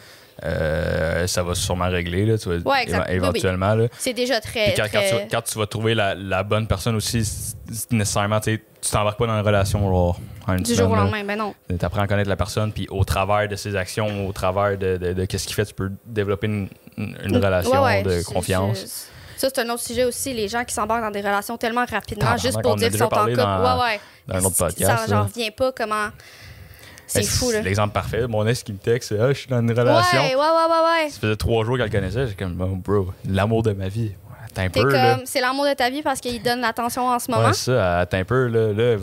[SPEAKER 1] euh, ça va sûrement régler, là, tu vois,
[SPEAKER 2] Ouais, exact.
[SPEAKER 1] éve-
[SPEAKER 2] Oui, oui.
[SPEAKER 1] éventuellement. là.
[SPEAKER 2] C'est déjà très.
[SPEAKER 1] Puis quand, quand
[SPEAKER 2] très-
[SPEAKER 1] tu, quand tu vas trouver la, la bonne personne aussi, c'est- c'est nécessairement, tu sais, tu t'embarques pas dans une relation genre, en une
[SPEAKER 2] du
[SPEAKER 1] semaine,
[SPEAKER 2] jour au
[SPEAKER 1] là.
[SPEAKER 2] lendemain, ben non.
[SPEAKER 1] Tu apprends à connaître la personne, puis au travers de ses actions, au travers de, de, de qu'est-ce qu'il fait, tu peux développer une, une- une relation
[SPEAKER 2] Ouais, ouais,
[SPEAKER 1] de
[SPEAKER 2] c'est-
[SPEAKER 1] confiance.
[SPEAKER 2] c'est- Ça, c'est un autre sujet aussi, les gens qui s'embarquent dans des relations tellement rapidement,
[SPEAKER 1] Tabarnak,
[SPEAKER 2] juste
[SPEAKER 1] on Ah, en
[SPEAKER 2] pour
[SPEAKER 1] a
[SPEAKER 2] dire qu'ils
[SPEAKER 1] déjà
[SPEAKER 2] sont en
[SPEAKER 1] parlé
[SPEAKER 2] couple.
[SPEAKER 1] dans-
[SPEAKER 2] ouais, ouais.
[SPEAKER 1] dans un autre
[SPEAKER 2] C'est-
[SPEAKER 1] podcast, là.
[SPEAKER 2] Ça, j'en reviens pas comment. C'est
[SPEAKER 1] Ben,
[SPEAKER 2] fou, là. Ouais,
[SPEAKER 1] l'exemple parfait. Mon ex qui me texte, Ah, je suis dans une relation.
[SPEAKER 2] ouais, ouais, ouais, ouais.
[SPEAKER 1] Ça faisait trois jours qu'elle le connaissait. J'ai comme, Oh, bro, l'amour de ma vie. Attends un
[SPEAKER 2] T'es
[SPEAKER 1] peu, là.
[SPEAKER 2] comme, c'est l'amour de ta vie parce qu'il donne l'attention en ce moment.
[SPEAKER 1] Ouais, ça, attends un peu, là. là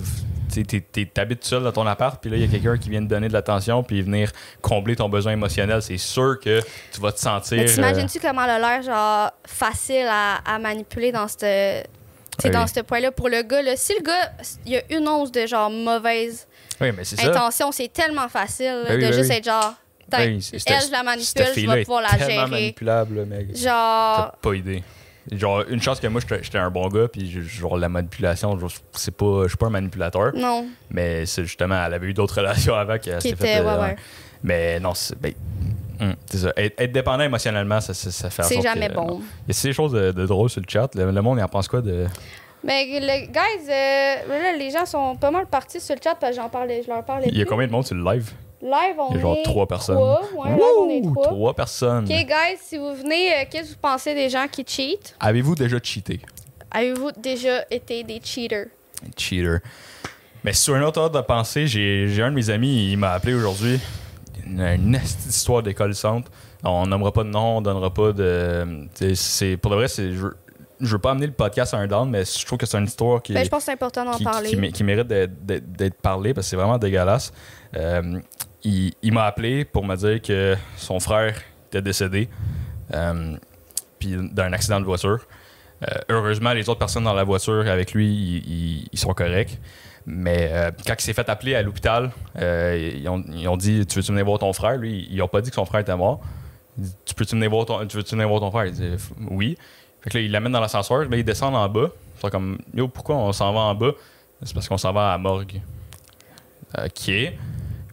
[SPEAKER 1] t'sais, t'es- t'es- T'habites seul dans ton appart, puis là, il y a quelqu'un qui vient te donner de l'attention, puis venir combler ton besoin émotionnel. C'est sûr que tu vas te sentir.
[SPEAKER 2] Mais
[SPEAKER 1] euh,
[SPEAKER 2] t'imagines-tu comment elle a l'air, genre, facile à, à manipuler dans ce
[SPEAKER 1] Ah Oui.
[SPEAKER 2] dans ce point-là pour le gars là. si le gars il y a une once de genre mauvaise
[SPEAKER 1] euh, Oui, mais c'est ça.
[SPEAKER 2] intention c'est tellement facile là,
[SPEAKER 1] Ben oui,
[SPEAKER 2] de
[SPEAKER 1] ben
[SPEAKER 2] juste
[SPEAKER 1] oui.
[SPEAKER 2] être genre Tant-
[SPEAKER 1] Oui, c'est-
[SPEAKER 2] elle je la manipule
[SPEAKER 1] cette
[SPEAKER 2] je
[SPEAKER 1] fille-là
[SPEAKER 2] vais
[SPEAKER 1] est
[SPEAKER 2] pouvoir la
[SPEAKER 1] tellement
[SPEAKER 2] gérer
[SPEAKER 1] manipulable, là, mec. T'as
[SPEAKER 2] genre
[SPEAKER 1] pas idée. Genre, une chance que moi, j'étais j'étais un bon gars, puis je- genre, la manipulation, genre, c'est pas, je suis pas un manipulateur,
[SPEAKER 2] non
[SPEAKER 1] mais c'est justement, elle avait eu d'autres [laughs] relations avant qu'elle
[SPEAKER 2] qui
[SPEAKER 1] s'est
[SPEAKER 2] était
[SPEAKER 1] faite,
[SPEAKER 2] ouais,
[SPEAKER 1] euh,
[SPEAKER 2] ouais.
[SPEAKER 1] Mais non, c'est ben, hum, c'est ça. Être, être dépendant émotionnellement, ça, ça, ça fait en
[SPEAKER 2] c'est
[SPEAKER 1] sorte
[SPEAKER 2] jamais
[SPEAKER 1] que-
[SPEAKER 2] bon
[SPEAKER 1] non. Il y a ces choses de, de drôles sur le chat. Le, le monde, il en pense quoi de.
[SPEAKER 2] mais le, guys euh, là, les gens sont pas mal partis sur le chat parce que j'en parlais je leur parlais
[SPEAKER 1] Il y a
[SPEAKER 2] plus.
[SPEAKER 1] combien de monde sur le live
[SPEAKER 2] live on
[SPEAKER 1] Il y a genre
[SPEAKER 2] est
[SPEAKER 1] trois personnes.
[SPEAKER 2] trois, ouais, live, on est
[SPEAKER 1] Wouh!
[SPEAKER 2] trois.
[SPEAKER 1] Trois personnes.
[SPEAKER 2] ok guys si vous venez euh, qu'est-ce que vous pensez des gens qui cheat
[SPEAKER 1] Avez-vous déjà cheaté
[SPEAKER 2] avez-vous déjà été des cheaters
[SPEAKER 1] Cheater. Mais sur un autre ordre de pensée, j'ai j'ai un de mes amis, il m'a appelé aujourd'hui. Une, une esti d'histoire d'école centre. On nommera pas de nom, on donnera pas de. t'sais, c'est- Pour le vrai, c'est- je veux, je veux pas amener le podcast à un down, mais je trouve que c'est une histoire qui.
[SPEAKER 2] ben, je pense que c'est important d'en
[SPEAKER 1] qui,
[SPEAKER 2] parler
[SPEAKER 1] qui- qui mé- qui mérite d'être- d'être d'être parlé parce que c'est vraiment dégueulasse. Euh, il il m'a appelé pour me dire que son frère était décédé euh, puis d'un accident de voiture. Euh, heureusement, les autres personnes dans la voiture avec lui, ils- ils- ils sont corrects. Mais euh, quand il s'est fait appeler à l'hôpital, euh, ils, ont, ils ont dit Tu veux-tu venir voir ton frère Lui, ils n'ont pas dit que son frère était mort. Il dit, Tu peux-tu venir voir ton, tu veux-tu venir voir ton frère Il dit F- Oui. Fait que là, il l'amène dans l'ascenseur, là, ils descendent en bas. Ils sont comme Yo, pourquoi on s'en va en bas C'est parce qu'on s'en va à la morgue. OK. Puis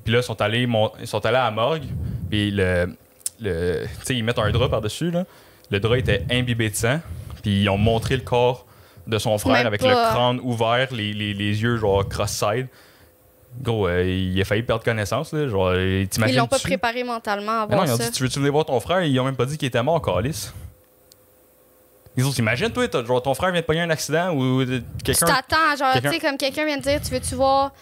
[SPEAKER 1] là, ils sont allés, mon- ils sont allés à la morgue, puis le, le, tu sais, ils mettent un drap par-dessus. là. Le drap était imbibé de sang, puis ils ont montré le corps de son frère
[SPEAKER 2] Même
[SPEAKER 1] avec
[SPEAKER 2] pas.
[SPEAKER 1] le crâne ouvert, les, les- les yeux genre cross-side. Gros, euh, il a failli perdre connaissance. Là, genre, euh,
[SPEAKER 2] ils l'ont pas
[SPEAKER 1] t'imagines-tu?
[SPEAKER 2] préparé mentalement à
[SPEAKER 1] Mais non,
[SPEAKER 2] voir
[SPEAKER 1] ils ont
[SPEAKER 2] ça
[SPEAKER 1] dit Tu veux-tu venir voir ton frère Ils ont même pas dit qu'il était mort, Calis. Ils ont dit Imagine, toi, t'as- genre, ton frère vient de pogner un accident ou euh,
[SPEAKER 2] tu
[SPEAKER 1] quelqu'un.
[SPEAKER 2] t'attends genre tu
[SPEAKER 1] quelqu'un-
[SPEAKER 2] sais comme quelqu'un vient de dire tu veux tu voir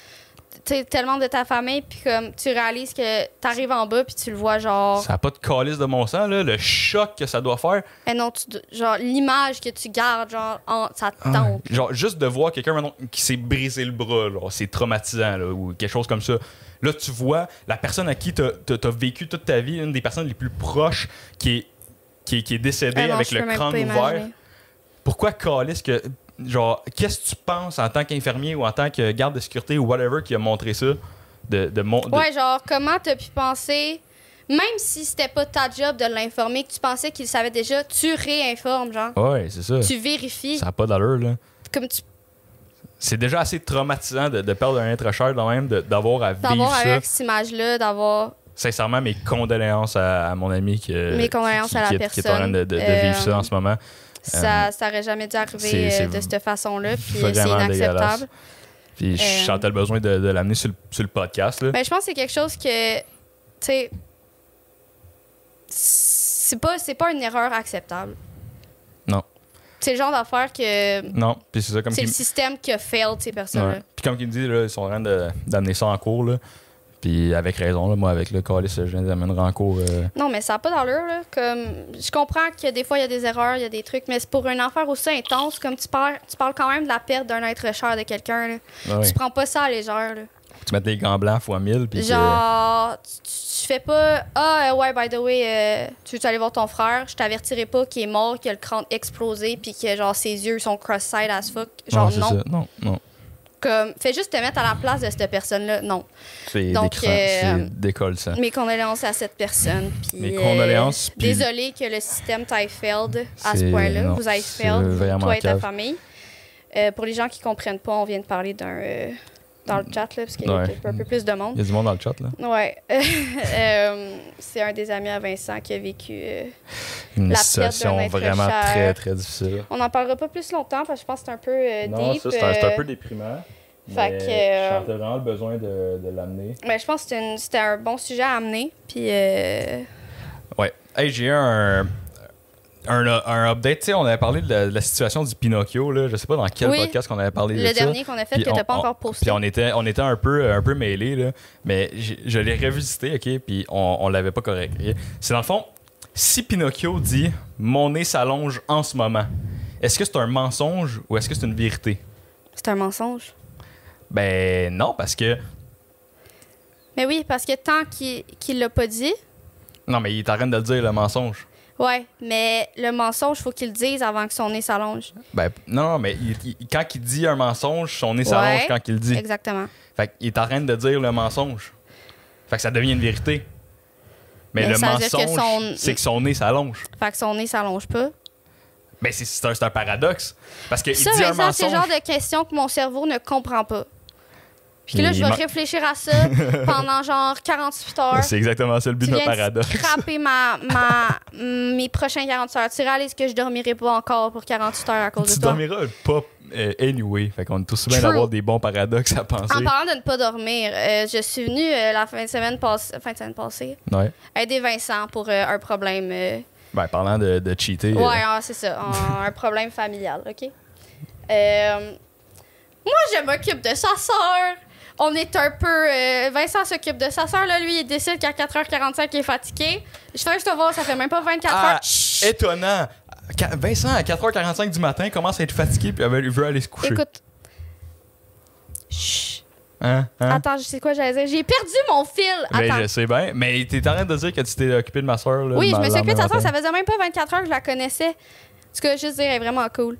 [SPEAKER 2] tu sais, tellement de ta famille puis comme tu réalises que t'arrives en bas puis tu le vois genre
[SPEAKER 1] Ça n'a pas de calice de mon sang, là, le choc que ça doit faire.
[SPEAKER 2] mais Eh non tu do- genre l'image que tu gardes genre en- ça
[SPEAKER 1] Ah
[SPEAKER 2] te tente
[SPEAKER 1] Genre, juste de voir quelqu'un maintenant, qui s'est brisé le bras, genre, c'est traumatisant, là, ou quelque chose comme ça. Là, tu vois la personne à qui tu as vécu toute ta vie, une des personnes les plus proches qui est, qui est, qui est décédée
[SPEAKER 2] Ah non,
[SPEAKER 1] avec
[SPEAKER 2] je
[SPEAKER 1] le
[SPEAKER 2] peux même
[SPEAKER 1] crâne
[SPEAKER 2] pas
[SPEAKER 1] ouvert.
[SPEAKER 2] imaginer.
[SPEAKER 1] pourquoi calice que genre qu'est-ce que tu penses en tant qu'infirmier ou en tant que garde de sécurité ou whatever qui a montré ça de de, mon, de-
[SPEAKER 2] Ouais, genre, comment t'as pu penser, même si c'était pas ta job de l'informer, que tu pensais qu'il savait déjà, tu réinformes, genre.
[SPEAKER 1] Ouais, c'est ça
[SPEAKER 2] Tu vérifies.
[SPEAKER 1] ça a pas d'allure là
[SPEAKER 2] Comme tu.
[SPEAKER 1] c'est déjà assez traumatisant de, de perdre un être cher quand même, de- d'avoir à vivre
[SPEAKER 2] D'avoir
[SPEAKER 1] ça.
[SPEAKER 2] avec cette image-là, d'avoir
[SPEAKER 1] Sincèrement, mes condoléances à, à mon ami qui, euh,
[SPEAKER 2] Mes condoléances
[SPEAKER 1] qui,
[SPEAKER 2] à la
[SPEAKER 1] qui est- qui est en train de, de- de
[SPEAKER 2] personne. Euh,
[SPEAKER 1] vivre ça en ce moment.
[SPEAKER 2] ça, ça aurait jamais dû arriver
[SPEAKER 1] c'est- Euh, c'est
[SPEAKER 2] euh, de cette façon-là, puis
[SPEAKER 1] vraiment
[SPEAKER 2] euh, c'est
[SPEAKER 1] dégueulasse.
[SPEAKER 2] inacceptable.
[SPEAKER 1] Puis je
[SPEAKER 2] euh, Ben.
[SPEAKER 1] sentais le besoin de, de l'amener sur, le- sur le podcast. là.
[SPEAKER 2] Mais je pense que c'est quelque chose que, tu sais, c'est pas, c'est pas une erreur acceptable.
[SPEAKER 1] Non.
[SPEAKER 2] C'est le genre d'affaire que
[SPEAKER 1] Non, puis c'est ça comme
[SPEAKER 2] c'est
[SPEAKER 1] qu'il-
[SPEAKER 2] le système qui a failed ces
[SPEAKER 1] Ouais.
[SPEAKER 2] personnes-là.
[SPEAKER 1] Puis comme il me dit, là, ils sont en train de- d'amener ça en cours. Là. Puis avec raison, là, moi, avec le calice, je viens d'amener en cours. euh,
[SPEAKER 2] Non, mais ça n'a pas d'allure. là. Comme, je comprends que des fois, il y a des erreurs, il y a des trucs, mais c'est pour une affaire aussi intense, comme tu parles, tu parles quand même de la perte d'un être cher de quelqu'un. là.
[SPEAKER 1] ouais, ouais.
[SPEAKER 2] Tu prends pas ça à la légère. là.
[SPEAKER 1] Tu mets des gants blancs fois 1000. Puis
[SPEAKER 2] Genre, tu, tu- tu fais pas Ah, euh, ouais, by the way, euh, tu veux aller voir ton frère, je t'avertirai pas qu'il est mort, qu'il a le crâne explosé, puis que genre ses yeux sont cross-side as fuck.
[SPEAKER 1] que-
[SPEAKER 2] Genre,
[SPEAKER 1] c'est
[SPEAKER 2] non.
[SPEAKER 1] ça. Non, non.
[SPEAKER 2] Comme, fais juste te mettre à la place de cette personne-là. Non.
[SPEAKER 1] C'est
[SPEAKER 2] Donc,
[SPEAKER 1] décran-
[SPEAKER 2] euh,
[SPEAKER 1] c'est décollissant.
[SPEAKER 2] Mes condoléances à cette personne. Puis,
[SPEAKER 1] Mes condoléances, puis-
[SPEAKER 2] Désolée que le système t'aille failed à ce
[SPEAKER 1] C'est-
[SPEAKER 2] point-là.
[SPEAKER 1] non,
[SPEAKER 2] Vous avez
[SPEAKER 1] c'est
[SPEAKER 2] failed,
[SPEAKER 1] vraiment
[SPEAKER 2] toi et ta
[SPEAKER 1] cave.
[SPEAKER 2] famille. Euh, pour les gens qui comprennent pas, on vient de parler d'un. euh, dans le chat, là, parce qu'il y a
[SPEAKER 1] Mm. Ouais.
[SPEAKER 2] peut-être un peu plus de monde.
[SPEAKER 1] Il y a du monde dans le chat. Là.
[SPEAKER 2] Ouais. [laughs] Euh, c'est un des amis à Vincent qui a vécu. euh,
[SPEAKER 1] Une
[SPEAKER 2] La perte d'un
[SPEAKER 1] situation
[SPEAKER 2] être
[SPEAKER 1] vraiment
[SPEAKER 2] cher.
[SPEAKER 1] très, très difficile.
[SPEAKER 2] On n'en parlera pas plus longtemps parce que je pense que c'est un peu euh, deep. euh,
[SPEAKER 1] déprimant.
[SPEAKER 2] Fait mais que, euh, je sentais
[SPEAKER 1] vraiment le besoin de, l'amener.
[SPEAKER 2] Mais je pense que c'est une- c'était un bon sujet à amener. Puis. euh,
[SPEAKER 1] Ouais. Hey, j'ai eu un, un, un update. Tu sais, on avait parlé de la, de la situation du Pinocchio. Là. Je sais pas dans quel
[SPEAKER 2] Oui.
[SPEAKER 1] podcast qu'on avait parlé de
[SPEAKER 2] Le
[SPEAKER 1] ça.
[SPEAKER 2] dernier qu'on a fait
[SPEAKER 1] Puis
[SPEAKER 2] que t'as
[SPEAKER 1] on-
[SPEAKER 2] pas
[SPEAKER 1] on-
[SPEAKER 2] encore posté.
[SPEAKER 1] Puis on était, on était un peu, un peu mêlés, là. mais j'ai- je l'ai revisité, OK? Puis on, on l'avait pas correct. ok? C'est dans le fond, si Pinocchio dit « Mon nez s'allonge en ce moment », est-ce que c'est un mensonge ou est-ce que c'est une vérité?
[SPEAKER 2] C'est un mensonge.
[SPEAKER 1] Ben non, parce que...
[SPEAKER 2] Mais oui, parce que tant qu'il qu'il l'a pas dit.
[SPEAKER 1] Non, mais il est en train de le dire, le mensonge.
[SPEAKER 2] Ouais, mais le mensonge, faut qu'il le dise avant que son nez s'allonge.
[SPEAKER 1] Ben non, mais il- il- quand il dit un mensonge, son nez s'allonge
[SPEAKER 2] Ouais.
[SPEAKER 1] quand il le dit.
[SPEAKER 2] Exactement.
[SPEAKER 1] Fait qu'il est en train de dire le mensonge. Fait que ça devient une vérité. Mais,
[SPEAKER 2] Mais
[SPEAKER 1] le
[SPEAKER 2] ça veut dire que
[SPEAKER 1] mensonge,
[SPEAKER 2] son-
[SPEAKER 1] c'est que son nez s'allonge.
[SPEAKER 2] Fait que son nez s'allonge pas.
[SPEAKER 1] Ben, c'est- c'est un, c'est un paradoxe. Parce qu'il
[SPEAKER 2] Ça,
[SPEAKER 1] dit un
[SPEAKER 2] Vincent, c'est
[SPEAKER 1] mensonge.
[SPEAKER 2] le genre de questions que mon cerveau ne comprend pas. Puis
[SPEAKER 1] Puis
[SPEAKER 2] là, je
[SPEAKER 1] il
[SPEAKER 2] vais
[SPEAKER 1] man-
[SPEAKER 2] réfléchir à ça
[SPEAKER 1] [laughs]
[SPEAKER 2] pendant genre 48 heures.
[SPEAKER 1] C'est exactement ça le but
[SPEAKER 2] Tu
[SPEAKER 1] d'un
[SPEAKER 2] viens de
[SPEAKER 1] paradoxe.
[SPEAKER 2] scraper ma, ma, mm, mes prochains 48 heures. Tu réalises que je dormirai pas encore pour 48 heures à cause
[SPEAKER 1] Tu
[SPEAKER 2] de toi.
[SPEAKER 1] dormiras pas euh, anyway. Fait qu'on est tous bien
[SPEAKER 2] True.
[SPEAKER 1] d'avoir des bons paradoxes à penser.
[SPEAKER 2] En parlant de ne pas dormir, euh, je suis venue euh, la fin de semaine, passe- fin de semaine passée
[SPEAKER 1] Ouais.
[SPEAKER 2] aider Vincent pour euh, un problème. euh,
[SPEAKER 1] Ben, parlant de, de cheater. euh,
[SPEAKER 2] Ouais, ah, c'est ça, un, [laughs] un problème familial, OK? Euh, moi, je m'occupe de sa sœur. On est un peu... euh, Vincent s'occupe de sa sœur, là. Lui, il décide qu'à 4h45, il est fatigué. Je fais juste voir, ça fait même pas 24
[SPEAKER 1] ah,
[SPEAKER 2] heures. Chut!
[SPEAKER 1] étonnant. Qu- Vincent, à 4h45 du matin, commence à être fatigué puis il veut aller se coucher.
[SPEAKER 2] Écoute. Chut.
[SPEAKER 1] Hein? Hein?
[SPEAKER 2] Attends, je sais quoi j'allais dire. J'ai perdu mon fil.
[SPEAKER 1] Ben,
[SPEAKER 2] Attends.
[SPEAKER 1] je sais bien. Mais t'es en train de dire que tu t'es occupé de ma soeur. Là,
[SPEAKER 2] oui,
[SPEAKER 1] le
[SPEAKER 2] je me suis
[SPEAKER 1] lendemain
[SPEAKER 2] occupée de sa soeur.
[SPEAKER 1] matin.
[SPEAKER 2] Ça faisait même pas 24 heures que je la connaissais. En tout cas, juste dire, elle est vraiment cool.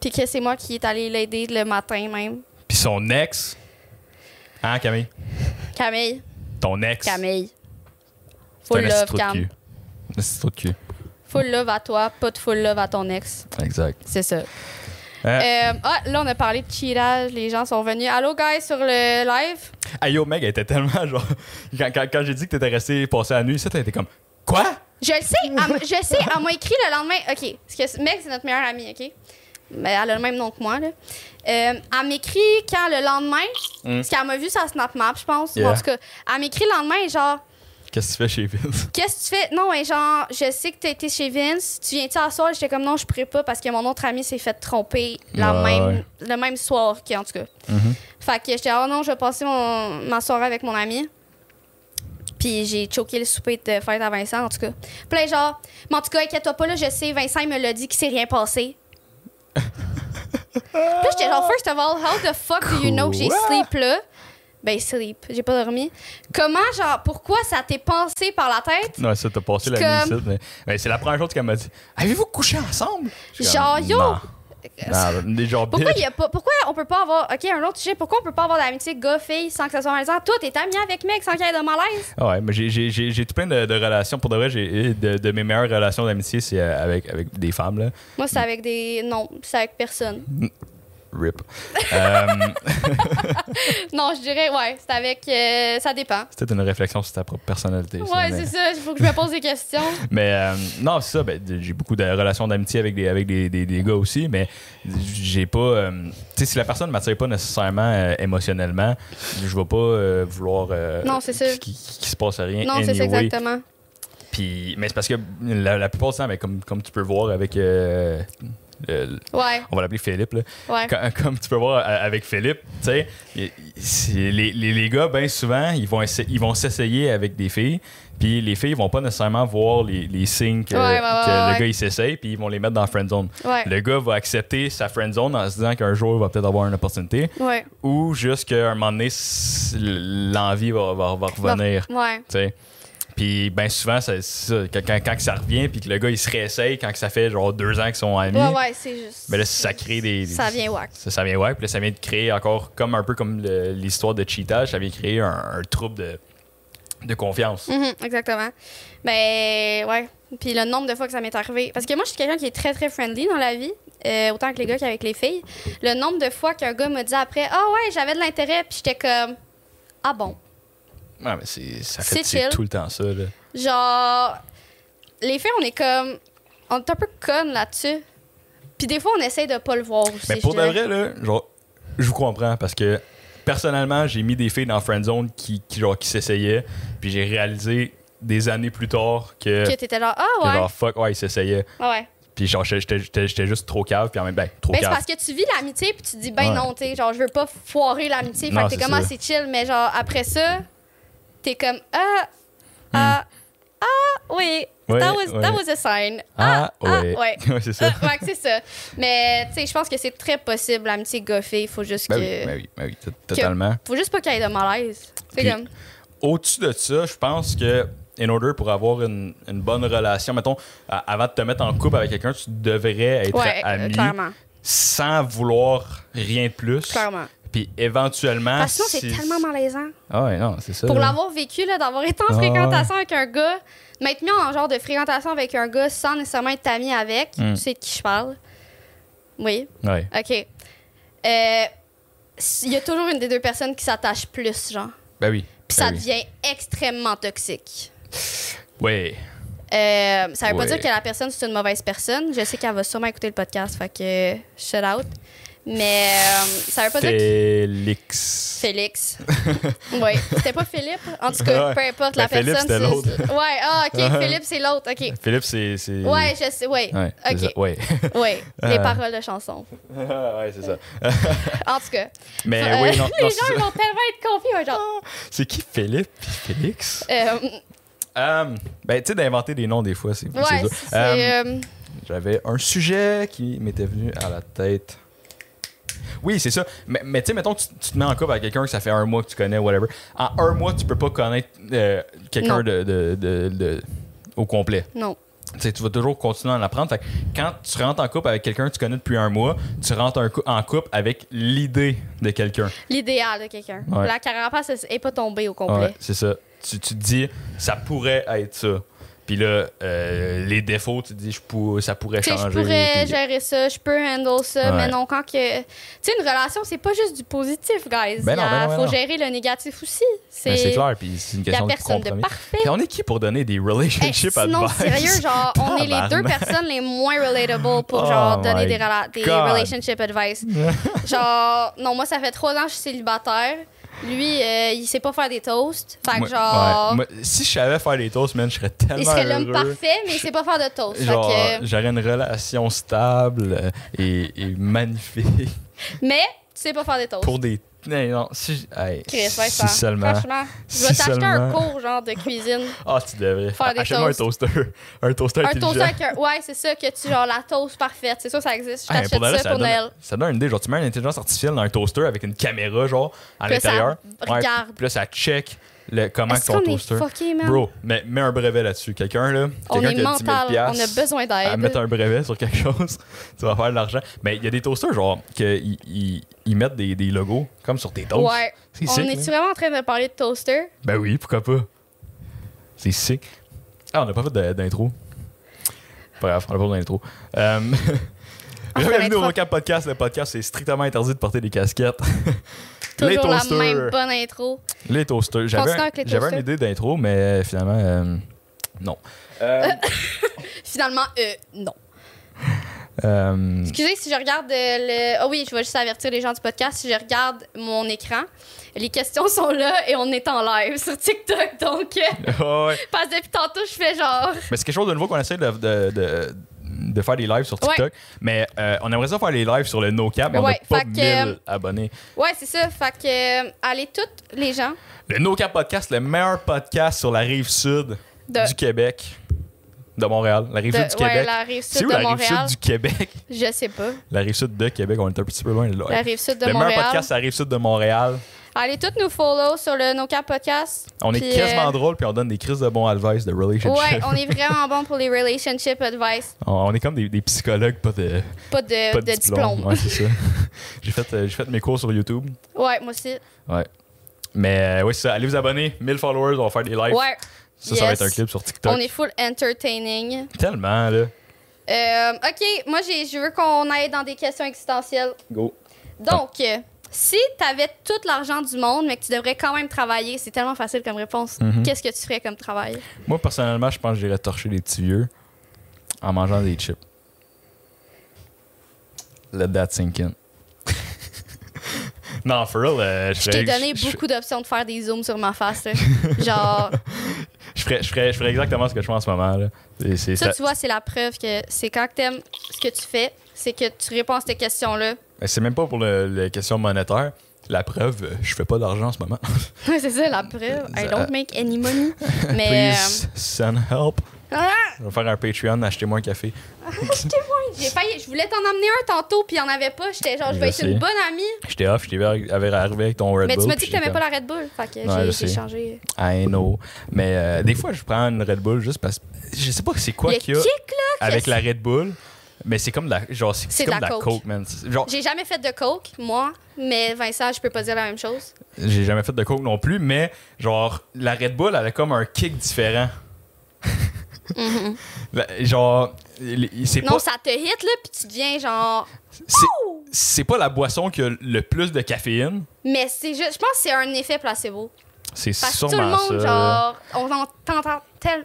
[SPEAKER 2] Puis que c'est moi qui est allée l'aider le matin même.
[SPEAKER 1] Puis son ex. Hein, Camille?
[SPEAKER 2] Camille.
[SPEAKER 1] Ton ex.
[SPEAKER 2] Camille.
[SPEAKER 1] C'est un
[SPEAKER 2] Full
[SPEAKER 1] esti
[SPEAKER 2] love,
[SPEAKER 1] trou de
[SPEAKER 2] Cam.
[SPEAKER 1] cul. Un esti trou de cul.
[SPEAKER 2] Full love à toi, pas de full love à ton ex.
[SPEAKER 1] Exact.
[SPEAKER 2] C'est ça.
[SPEAKER 1] Hein?
[SPEAKER 2] Euh, ah, là, on a parlé de cheatage. Les gens sont venus. Allô, guys, sur le live?
[SPEAKER 1] Hey yo, mec, elle était tellement genre. Quand, quand- quand j'ai dit que t'étais resté passer la nuit, ça, t'étais comme. Quoi?
[SPEAKER 2] Je le sais, elle m- je sais,
[SPEAKER 1] [laughs]
[SPEAKER 2] elle m'a écrit le lendemain. OK, parce que ce mec, c'est notre meilleure amie, OK? Mais elle a le même nom que moi, là. Euh, elle m'écrit quand le lendemain,
[SPEAKER 1] Mm.
[SPEAKER 2] parce qu'elle m'a vu sa snap map, je pense.
[SPEAKER 1] Yeah.
[SPEAKER 2] En tout cas, elle m'écrit le lendemain, genre,
[SPEAKER 1] Qu'est-ce que tu fais chez Vince? [laughs]
[SPEAKER 2] Qu'est-ce que tu fais? Non, mais genre, je sais que t'as été chez Vince. Tu viens-tu à soir? J'étais comme, non, je pourrais pas parce que mon autre ami s'est fait tromper la
[SPEAKER 1] Ouais,
[SPEAKER 2] même,
[SPEAKER 1] ouais.
[SPEAKER 2] le même soir, que, en tout cas.
[SPEAKER 1] Mhm.
[SPEAKER 2] Fait que j'étais, oh non, je vais passer mon- ma soirée avec mon ami. Puis j'ai choqué le souper de fête à Vincent, en tout cas. Puis là, genre, mais en tout cas, inquiète-toi pas, là, je sais, Vincent, il me l'a dit qu'il s'est rien passé. Puis là, j'étais genre, first of all, how the fuck do you know que j'ai
[SPEAKER 1] Quoi?
[SPEAKER 2] sleep là? Ben, sleep, j'ai pas dormi. Comment, genre, pourquoi ça t'est passé par la tête?
[SPEAKER 1] Non, ça, t'as passé la nuit
[SPEAKER 2] Comme-
[SPEAKER 1] ici. Mais, mais c'est la première chose qu'elle m'a dit. Avez-vous couché ensemble? Je suis
[SPEAKER 2] Genre,
[SPEAKER 1] comme,
[SPEAKER 2] yo!
[SPEAKER 1] Non. Non, mais genre,
[SPEAKER 2] Pourquoi,
[SPEAKER 1] bitch.
[SPEAKER 2] il y a pas, pourquoi on peut pas avoir. Ok, un autre sujet. Pourquoi on peut pas avoir d'amitié gars-fille sans que ça soit malaisant? Toi, t'es ami avec mec sans qu'il y ait de malaise?
[SPEAKER 1] Ah Ouais, mais j'ai- j'ai j'ai- j'ai tout plein de, de relations. Pour de vrai, j'ai de, de mes meilleures relations d'amitié, c'est euh, avec, avec des femmes. Là.
[SPEAKER 2] Moi, c'est avec des. Non, c'est avec personne.
[SPEAKER 1] Rip. Euh,
[SPEAKER 2] Non, je dirais, ouais, c'est avec. euh, ça dépend.
[SPEAKER 1] c'est peut-être une réflexion sur ta propre personnalité. ça, ben.
[SPEAKER 2] Ouais,
[SPEAKER 1] mais-
[SPEAKER 2] c'est ça. Il faut que je me pose des questions.
[SPEAKER 1] Mais euh, non, c'est ça. ben, j'ai beaucoup de relations d'amitié avec des, avec des, des- des gars aussi, mais j'ai pas. euh, tu sais, si la personne ne m'attire pas nécessairement euh, émotionnellement, je vais pas euh, vouloir. euh,
[SPEAKER 2] Non, c'est ça.
[SPEAKER 1] Qu'il qu'il se passe rien.
[SPEAKER 2] Non, c'est ça
[SPEAKER 1] anyway.
[SPEAKER 2] exactement.
[SPEAKER 1] Puis, mais c'est parce que la, la plupart du temps, ben, comme, comme tu peux voir avec. euh, euh,
[SPEAKER 2] Ouais,
[SPEAKER 1] on va l'appeler Philippe, là.
[SPEAKER 2] ouais.
[SPEAKER 1] Comme, [laughs] comme tu peux voir euh, avec Philippe, tu sais, il- il- c'est- les, les, les gars, bien souvent, ils vont essa- ils vont s'essayer avec des filles, puis les filles vont pas nécessairement voir les, les signes que,
[SPEAKER 2] Ouais, ouais, ouais,
[SPEAKER 1] que le
[SPEAKER 2] ouais.
[SPEAKER 1] gars il s'essaye, puis ils vont les mettre dans la friend zone.
[SPEAKER 2] Ouais.
[SPEAKER 1] Le gars va accepter sa friend zone en se disant qu'un jour il va peut-être avoir une opportunité,
[SPEAKER 2] Ouais.
[SPEAKER 1] ou juste qu'à un moment donné, s- l'envie va, va, va revenir.
[SPEAKER 2] Ouais.
[SPEAKER 1] tu sais. Puis ben souvent, c'est ça, quand, quand, quand que ça revient, puis que le gars il se réessaye, quand que ça fait genre deux ans qu'ils sont amis,
[SPEAKER 2] Ouais, ouais, c'est juste.
[SPEAKER 1] mais ben là, ça crée des.
[SPEAKER 2] Ça vient whack.
[SPEAKER 1] Ça, ça vient whack. Puis là, ça vient de créer encore, comme un peu comme le- l'histoire de cheatage, ça vient créer un, un trouble de, de confiance.
[SPEAKER 2] Mhm, exactement. Mais ouais. Puis le nombre de fois que ça m'est arrivé. Parce que moi, je suis quelqu'un qui est très, très friendly dans la vie, euh, autant avec les gars qu'avec les filles. Le nombre de fois qu'un gars me dit après Ah ouais, j'avais de l'intérêt, puis j'étais comme Ah bon.
[SPEAKER 1] Ouais, mais c'est, ça
[SPEAKER 2] Mm. C'est
[SPEAKER 1] fait c'est
[SPEAKER 2] chill.
[SPEAKER 1] tout le temps ça. Là.
[SPEAKER 2] Genre, les filles, on est comme. On est un peu connes là-dessus. Puis des fois, on essaie de pas le voir aussi.
[SPEAKER 1] Mais pour
[SPEAKER 2] je
[SPEAKER 1] de
[SPEAKER 2] dirais.
[SPEAKER 1] vrai, là, genre, je vous comprends parce que personnellement, j'ai mis des filles dans Friend Zone qui, qui, genre, qui s'essayaient. Puis j'ai réalisé des années plus tard que,
[SPEAKER 2] Que t'étais genre Ah
[SPEAKER 1] que
[SPEAKER 2] ouais.
[SPEAKER 1] genre, fuck, ouais, ils s'essayaient.
[SPEAKER 2] Ah ouais.
[SPEAKER 1] Puis genre, j'étais, j'étais- j'étais juste trop cave. Puis en même temps, ben, trop
[SPEAKER 2] Ben, c'est
[SPEAKER 1] cave.
[SPEAKER 2] parce que tu vis l'amitié puis tu dis ben
[SPEAKER 1] Ouais.
[SPEAKER 2] non, tu sais, genre je veux pas foirer l'amitié, fait
[SPEAKER 1] Non,
[SPEAKER 2] que t'es
[SPEAKER 1] c'est
[SPEAKER 2] comme ah,
[SPEAKER 1] ça.
[SPEAKER 2] c'est chill, mais genre après ça, t'es comme ah
[SPEAKER 1] Hmm.
[SPEAKER 2] ah ah oui,
[SPEAKER 1] Ouais,
[SPEAKER 2] that was that
[SPEAKER 1] ouais.
[SPEAKER 2] was a sign.
[SPEAKER 1] Ah, ouais. [laughs]
[SPEAKER 2] ouais.
[SPEAKER 1] ouais, c'est ça.
[SPEAKER 2] Ah, [laughs] ouais, que c'est ça. Mais tu sais, je pense que c'est très possible l'amitié goffée, faut juste
[SPEAKER 1] Ben
[SPEAKER 2] que
[SPEAKER 1] oui, ben oui, ben oui, t- totalement.
[SPEAKER 2] faut juste pas qu'il y ait de malaise. C'est
[SPEAKER 1] Puis-
[SPEAKER 2] comme
[SPEAKER 1] au-dessus de ça, je pense que in order pour avoir une, une bonne relation, mettons, a- avant de te mettre en couple avec quelqu'un, tu devrais être
[SPEAKER 2] ouais, euh,
[SPEAKER 1] ami
[SPEAKER 2] clairement,
[SPEAKER 1] sans vouloir rien de plus.
[SPEAKER 2] clairement.
[SPEAKER 1] Puis éventuellement.
[SPEAKER 2] Parce que sinon, c'est
[SPEAKER 1] Ah, si-
[SPEAKER 2] tellement malaisant.
[SPEAKER 1] Ah ouais, non, c'est ça.
[SPEAKER 2] Pour
[SPEAKER 1] là.
[SPEAKER 2] l'avoir vécu, là, d'avoir été
[SPEAKER 1] Ah
[SPEAKER 2] en fréquentation avec un gars, m'être mis en genre de fréquentation avec un gars sans nécessairement être ami avec,
[SPEAKER 1] Hmm.
[SPEAKER 2] tu sais de qui je parle. Oui,
[SPEAKER 1] Ouais.
[SPEAKER 2] OK. Euh, s- Il y a toujours une des deux personnes qui s'attache plus, genre.
[SPEAKER 1] Ben oui.
[SPEAKER 2] Puis
[SPEAKER 1] ben
[SPEAKER 2] ça
[SPEAKER 1] oui.
[SPEAKER 2] devient extrêmement toxique.
[SPEAKER 1] Ouais.
[SPEAKER 2] Euh, ça veut
[SPEAKER 1] Ouais.
[SPEAKER 2] pas dire que la personne, c'est une mauvaise personne. Je sais qu'elle va sûrement écouter le podcast, fait que shut out. Mais euh, ça veut pas dire que
[SPEAKER 1] Félix.
[SPEAKER 2] Félix.
[SPEAKER 1] [laughs]
[SPEAKER 2] oui. C'était pas Philippe. En tout cas,
[SPEAKER 1] Ouais.
[SPEAKER 2] peu importe
[SPEAKER 1] Ben,
[SPEAKER 2] la
[SPEAKER 1] Philippe,
[SPEAKER 2] personne.
[SPEAKER 1] c'était
[SPEAKER 2] c'est-
[SPEAKER 1] l'autre.
[SPEAKER 2] Ouais, ah,
[SPEAKER 1] [laughs]
[SPEAKER 2] ok.
[SPEAKER 1] Ouais.
[SPEAKER 2] Philippe, c'est l'autre. Ok.
[SPEAKER 1] Philippe, c'est. c'est-
[SPEAKER 2] Ouais, je sais. Ouais.
[SPEAKER 1] Ouais, c'est ça,
[SPEAKER 2] ok.
[SPEAKER 1] ouais. [laughs]
[SPEAKER 2] Ouais. Les
[SPEAKER 1] Euh.
[SPEAKER 2] paroles de chansons.
[SPEAKER 1] ouais, c'est ça.
[SPEAKER 2] En tout cas.
[SPEAKER 1] Mais
[SPEAKER 2] Euh,
[SPEAKER 1] Eh
[SPEAKER 2] [laughs]
[SPEAKER 1] oui, non, non,
[SPEAKER 2] les
[SPEAKER 1] c'est
[SPEAKER 2] gens ils
[SPEAKER 1] ça.
[SPEAKER 2] vont tellement être confus. hein, genre.
[SPEAKER 1] C'est qui Philippe puis Félix?
[SPEAKER 2] euh,
[SPEAKER 1] Euh, ben, tu sais, d'inventer des noms des fois, c'est c'est
[SPEAKER 2] ouais,
[SPEAKER 1] dur.
[SPEAKER 2] c'est.
[SPEAKER 1] Euh,
[SPEAKER 2] euh,
[SPEAKER 1] J'avais un sujet qui m'était venu à la tête. Oui, c'est ça. Mais, mais tu sais, mettons, que tu, tu te mets en couple avec quelqu'un que ça fait un mois que tu connais, whatever. En un mois, tu peux pas connaître euh, quelqu'un
[SPEAKER 2] Non.
[SPEAKER 1] de, de- de- de- au complet.
[SPEAKER 2] non.
[SPEAKER 1] Tu sais, tu vas toujours continuer à en apprendre. Fait que quand tu rentres en couple avec quelqu'un que tu connais depuis un mois, tu rentres un cou- en couple avec l'idée de quelqu'un.
[SPEAKER 2] L'idéal de quelqu'un.
[SPEAKER 1] Ouais.
[SPEAKER 2] La carapace elle, est pas tombée au complet.
[SPEAKER 1] Ouais, c'est ça. Tu, tu te dis, ça pourrait être ça. Puis là, euh, les défauts, tu te dis, je pour- ça pourrait
[SPEAKER 2] Tu sais,
[SPEAKER 1] changer.
[SPEAKER 2] je pourrais
[SPEAKER 1] Puis-
[SPEAKER 2] gérer ça, je peux handle ça,
[SPEAKER 1] Ouais.
[SPEAKER 2] mais non, quand que. Tu sais, une relation, c'est pas juste du positif, guys.
[SPEAKER 1] Ben non,
[SPEAKER 2] Il y
[SPEAKER 1] ben
[SPEAKER 2] a-
[SPEAKER 1] non, ben
[SPEAKER 2] faut
[SPEAKER 1] non.
[SPEAKER 2] gérer le négatif aussi.
[SPEAKER 1] Mais Ben, C'est clair, puis c'est une
[SPEAKER 2] Il n'y a
[SPEAKER 1] question de
[SPEAKER 2] personne de
[SPEAKER 1] compromis.
[SPEAKER 2] parfait.
[SPEAKER 1] Puis on est qui pour donner des
[SPEAKER 2] Hey,
[SPEAKER 1] relationship
[SPEAKER 2] sinon,
[SPEAKER 1] advice? [laughs]
[SPEAKER 2] sérieux, genre, on est les deux
[SPEAKER 1] Tabarnak.
[SPEAKER 2] personnes les moins relatables pour,
[SPEAKER 1] Oh
[SPEAKER 2] genre, donner
[SPEAKER 1] my
[SPEAKER 2] des, rela- des
[SPEAKER 1] God. [laughs]
[SPEAKER 2] relationship advice. genre, non, moi, ça fait trois ans que je suis célibataire. Lui, euh, il sait pas faire des toasts. Fait que,
[SPEAKER 1] Moi-
[SPEAKER 2] genre,
[SPEAKER 1] ouais. Moi, si je savais faire des toasts, man, je serais tellement
[SPEAKER 2] il serait l'homme
[SPEAKER 1] heureux.
[SPEAKER 2] parfait, mais il sait pas faire de toast. Fait
[SPEAKER 1] Genre,
[SPEAKER 2] que-
[SPEAKER 1] j'aurais une relation stable euh, et, et magnifique [laughs]
[SPEAKER 2] mais, tu sais pas faire des toasts.
[SPEAKER 1] pour des... Hey, non, si, j- hey,
[SPEAKER 2] Chris,
[SPEAKER 1] si
[SPEAKER 2] ouais, ça.
[SPEAKER 1] seulement...
[SPEAKER 2] Franchement, je vais
[SPEAKER 1] Si
[SPEAKER 2] t'acheter un
[SPEAKER 1] seulement.
[SPEAKER 2] cours, genre,
[SPEAKER 1] [laughs]
[SPEAKER 2] de cuisine.
[SPEAKER 1] Ah, tu devrais.
[SPEAKER 2] Faire des
[SPEAKER 1] Achète-moi un toaster. Un toaster
[SPEAKER 2] un
[SPEAKER 1] intelligent.
[SPEAKER 2] toast avec un. Ouais, c'est ça, que tu, genre, la toast parfaite. C'est sûr, ça existe. Je
[SPEAKER 1] Hey,
[SPEAKER 2] t'achète
[SPEAKER 1] de vrai,
[SPEAKER 2] ça pour
[SPEAKER 1] donne,
[SPEAKER 2] Noël.
[SPEAKER 1] ça donne une idée. Genre, tu mets une intelligence artificielle dans un toaster avec une caméra, genre, à
[SPEAKER 2] Puis là, ça
[SPEAKER 1] l'intérieur.
[SPEAKER 2] regarde.
[SPEAKER 1] puis là, ça check le, comment que
[SPEAKER 2] Est-ce
[SPEAKER 1] ton
[SPEAKER 2] qu'on est
[SPEAKER 1] toaster.
[SPEAKER 2] fucké, man?
[SPEAKER 1] Bro, mais, mets un brevet là-dessus. Quelqu'un, là,
[SPEAKER 2] On
[SPEAKER 1] quelqu'un
[SPEAKER 2] est
[SPEAKER 1] qui a 10 000
[SPEAKER 2] mental, on a
[SPEAKER 1] piastres
[SPEAKER 2] besoin
[SPEAKER 1] à mettre
[SPEAKER 2] d'aide.
[SPEAKER 1] un brevet sur quelque chose, [laughs] tu vas faire de l'argent. Mais il y a des toasters, genre, qu'ils ils, ils mettent des, des logos, comme sur tes toasts.
[SPEAKER 2] Ouais.
[SPEAKER 1] C'est
[SPEAKER 2] On
[SPEAKER 1] sick,
[SPEAKER 2] est-tu
[SPEAKER 1] là.
[SPEAKER 2] vraiment en train de parler de toaster?
[SPEAKER 1] Ben oui, pourquoi pas? C'est sick. Ah, on n'a pas fait de- d'intro. Bref, on n'a pas fait d'intro. Euh, [laughs] Bienvenue au
[SPEAKER 2] reconnaîtra.
[SPEAKER 1] Recap Podcast. Le podcast, c'est strictement interdit de porter des casquettes. [laughs] les
[SPEAKER 2] Toujours la
[SPEAKER 1] toasters.
[SPEAKER 2] même bonne intro.
[SPEAKER 1] Les toasters. J'avais,
[SPEAKER 2] Continue avec les
[SPEAKER 1] j'avais
[SPEAKER 2] toasters.
[SPEAKER 1] une idée d'intro, mais finalement, euh, non. Euh,
[SPEAKER 2] Finalement, euh, non.
[SPEAKER 1] Hmm. euh,
[SPEAKER 2] Excusez si je regarde euh, le. Ah oui, je vais juste avertir les gens du podcast. Si je regarde mon écran, les questions sont là et on est en live sur TikTok. Donc,
[SPEAKER 1] [laughs]
[SPEAKER 2] euh,
[SPEAKER 1] ouais.
[SPEAKER 2] parce que depuis tantôt, je fais genre.
[SPEAKER 1] Mais c'est quelque chose de nouveau qu'on essaie de, de- de- de faire des lives sur TikTok. Mais euh, on aimerait ça faire les lives sur le NoCap, mais on n'a
[SPEAKER 2] Ouais,
[SPEAKER 1] pas
[SPEAKER 2] fait
[SPEAKER 1] 1000
[SPEAKER 2] que-
[SPEAKER 1] abonnés.
[SPEAKER 2] Ouais, c'est ça. Fait que, euh, allez, toutes les gens
[SPEAKER 1] Le NoCap Podcast, le meilleur podcast sur la rive sud
[SPEAKER 2] de.
[SPEAKER 1] du Québec. De Montréal. La rive
[SPEAKER 2] de-
[SPEAKER 1] sud du
[SPEAKER 2] ouais,
[SPEAKER 1] Québec.
[SPEAKER 2] la rive
[SPEAKER 1] C'est
[SPEAKER 2] sud
[SPEAKER 1] où
[SPEAKER 2] de
[SPEAKER 1] la rive sud
[SPEAKER 2] Montréal.
[SPEAKER 1] du Québec? [laughs]
[SPEAKER 2] Je sais pas.
[SPEAKER 1] La rive sud de Québec, on est un petit peu loin de là.
[SPEAKER 2] La rive sud
[SPEAKER 1] le
[SPEAKER 2] de
[SPEAKER 1] meilleur
[SPEAKER 2] Montréal.
[SPEAKER 1] podcast, c'est la rive sud de Montréal.
[SPEAKER 2] Allez, toutes nous follow sur le NoCap Podcast.
[SPEAKER 1] On est
[SPEAKER 2] Puis,
[SPEAKER 1] quasiment
[SPEAKER 2] euh,
[SPEAKER 1] drôle, puis on donne des crises de bons advice, de relationship. [laughs]
[SPEAKER 2] Ouais, on est vraiment bon pour les relationship advice.
[SPEAKER 1] on... on est comme des, des psychologues, pas de,
[SPEAKER 2] Pas de,
[SPEAKER 1] pas
[SPEAKER 2] Euh, de diplôme.
[SPEAKER 1] Ouais, c'est ça. [laughs] j'ai, fait, euh, j'ai fait mes cours sur YouTube.
[SPEAKER 2] [laughs] Ouais. moi aussi.
[SPEAKER 1] Ouais. Mais euh, oui, c'est ça. Allez vous abonner. 1000 followers, on va faire des lives.
[SPEAKER 2] Ouais,
[SPEAKER 1] ça, ça va
[SPEAKER 2] yes.
[SPEAKER 1] être un clip sur TikTok.
[SPEAKER 2] on est full entertaining.
[SPEAKER 1] Tellement, là.
[SPEAKER 2] Euh, ok, moi j'ai- je veux qu'on aille dans des questions existentielles.
[SPEAKER 1] Go.
[SPEAKER 2] Donc,
[SPEAKER 1] Ah.
[SPEAKER 2] euh, si t'avais tout l'argent du monde, mais que tu devrais quand même travailler, c'est tellement facile comme réponse.
[SPEAKER 1] Mhm.
[SPEAKER 2] Qu'est-ce que tu ferais comme travail?
[SPEAKER 1] Moi, personnellement, je pense que j'irais torcher des petits vieux en mangeant des chips. Let that sink in. [laughs] non, for real, euh, je
[SPEAKER 2] Je t'ai
[SPEAKER 1] ferais-
[SPEAKER 2] donné
[SPEAKER 1] je- je-
[SPEAKER 2] beaucoup d'options de faire des zooms sur ma
[SPEAKER 1] [laughs]
[SPEAKER 2] face. là. Genre,
[SPEAKER 1] Je ferais, je, ferais, je ferais exactement ce que je fais en ce moment. Là. Et c'est-
[SPEAKER 2] ça,
[SPEAKER 1] ça-
[SPEAKER 2] tu vois, c'est la preuve que c'est quand t'aimes ce que tu fais, c'est que tu réponds à ces questions-là.
[SPEAKER 1] c'est même pas pour le- la question monétaire. La preuve, euh, je fais pas d'argent en ce moment.
[SPEAKER 2] c'est ça, la preuve. I don't make
[SPEAKER 1] [laughs]
[SPEAKER 2] any money. Mais.
[SPEAKER 1] Euh, Please send help.
[SPEAKER 2] euh, ah!
[SPEAKER 1] Je vais faire un Patreon, achetez-moi un
[SPEAKER 2] [laughs]
[SPEAKER 1] café.
[SPEAKER 2] J'ai failli- je voulais t'en emmener un tantôt, puis il n'y en avait pas. J'étais genre, je vais
[SPEAKER 1] Je
[SPEAKER 2] être
[SPEAKER 1] sais.
[SPEAKER 2] une bonne amie.
[SPEAKER 1] J'étais off, j'étais avec- avec- arrivé avec ton Red
[SPEAKER 2] mais
[SPEAKER 1] Bull.
[SPEAKER 2] tu m'as
[SPEAKER 1] puis
[SPEAKER 2] dit que
[SPEAKER 1] j'étais
[SPEAKER 2] t'aimais pas la Red Bull. Fait que
[SPEAKER 1] Ouais, je
[SPEAKER 2] j'ai- j'ai
[SPEAKER 1] sais.
[SPEAKER 2] changé.
[SPEAKER 1] I know. Mais euh, des fois, je prends une Red Bull juste parce que je sais pas c'est quoi
[SPEAKER 2] Le
[SPEAKER 1] qu'il y a
[SPEAKER 2] kick, là. que
[SPEAKER 1] avec
[SPEAKER 2] c'est-
[SPEAKER 1] la Red Bull, mais c'est comme de la genre c'est
[SPEAKER 2] C'est
[SPEAKER 1] comme
[SPEAKER 2] de la
[SPEAKER 1] coke.
[SPEAKER 2] coke.
[SPEAKER 1] man. C'est- Genre
[SPEAKER 2] J'ai jamais fait de coke, moi, mais Vincent, je peux pas dire la même chose.
[SPEAKER 1] j'ai jamais fait de coke non plus, mais genre la Red Bull elle a comme un kick différent.
[SPEAKER 2] [laughs] Mhm.
[SPEAKER 1] La- genre les- c'est
[SPEAKER 2] Non,
[SPEAKER 1] pas
[SPEAKER 2] ça te hit, là, puis tu deviens genre.
[SPEAKER 1] c'est, c'est pas la boisson qui a le plus de caféine,
[SPEAKER 2] Mais c'est juste. Je pense que c'est un effet placebo.
[SPEAKER 1] c'est
[SPEAKER 2] Parce que tout le
[SPEAKER 1] sûrement ça.
[SPEAKER 2] monde, genre, on en- t'entend tel.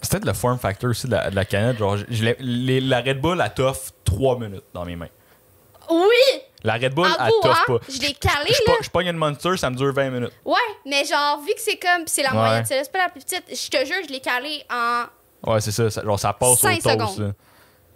[SPEAKER 1] C'est peut-être le form factor aussi de la, de la canette, genre je- je l'ai- les- la Red Bull elle t'offre 3 minutes dans mes mains.
[SPEAKER 2] Oui!
[SPEAKER 1] La Red Bull
[SPEAKER 2] À
[SPEAKER 1] elle
[SPEAKER 2] vous,
[SPEAKER 1] t'offre
[SPEAKER 2] hein?
[SPEAKER 1] pas.
[SPEAKER 2] Je l'ai calé,
[SPEAKER 1] Je
[SPEAKER 2] là.
[SPEAKER 1] po- je pogne une monster, ça me dure 20 minutes.
[SPEAKER 2] Ouais, mais genre, vu que c'est comme. puis c'est la
[SPEAKER 1] Ouais.
[SPEAKER 2] moyenne, c'est pas la plus petite. Je te jure, je l'ai calé en
[SPEAKER 1] Ouais, c'est ça, ça- Genre, ça passe
[SPEAKER 2] Cinq
[SPEAKER 1] au toast.
[SPEAKER 2] secondes.
[SPEAKER 1] là.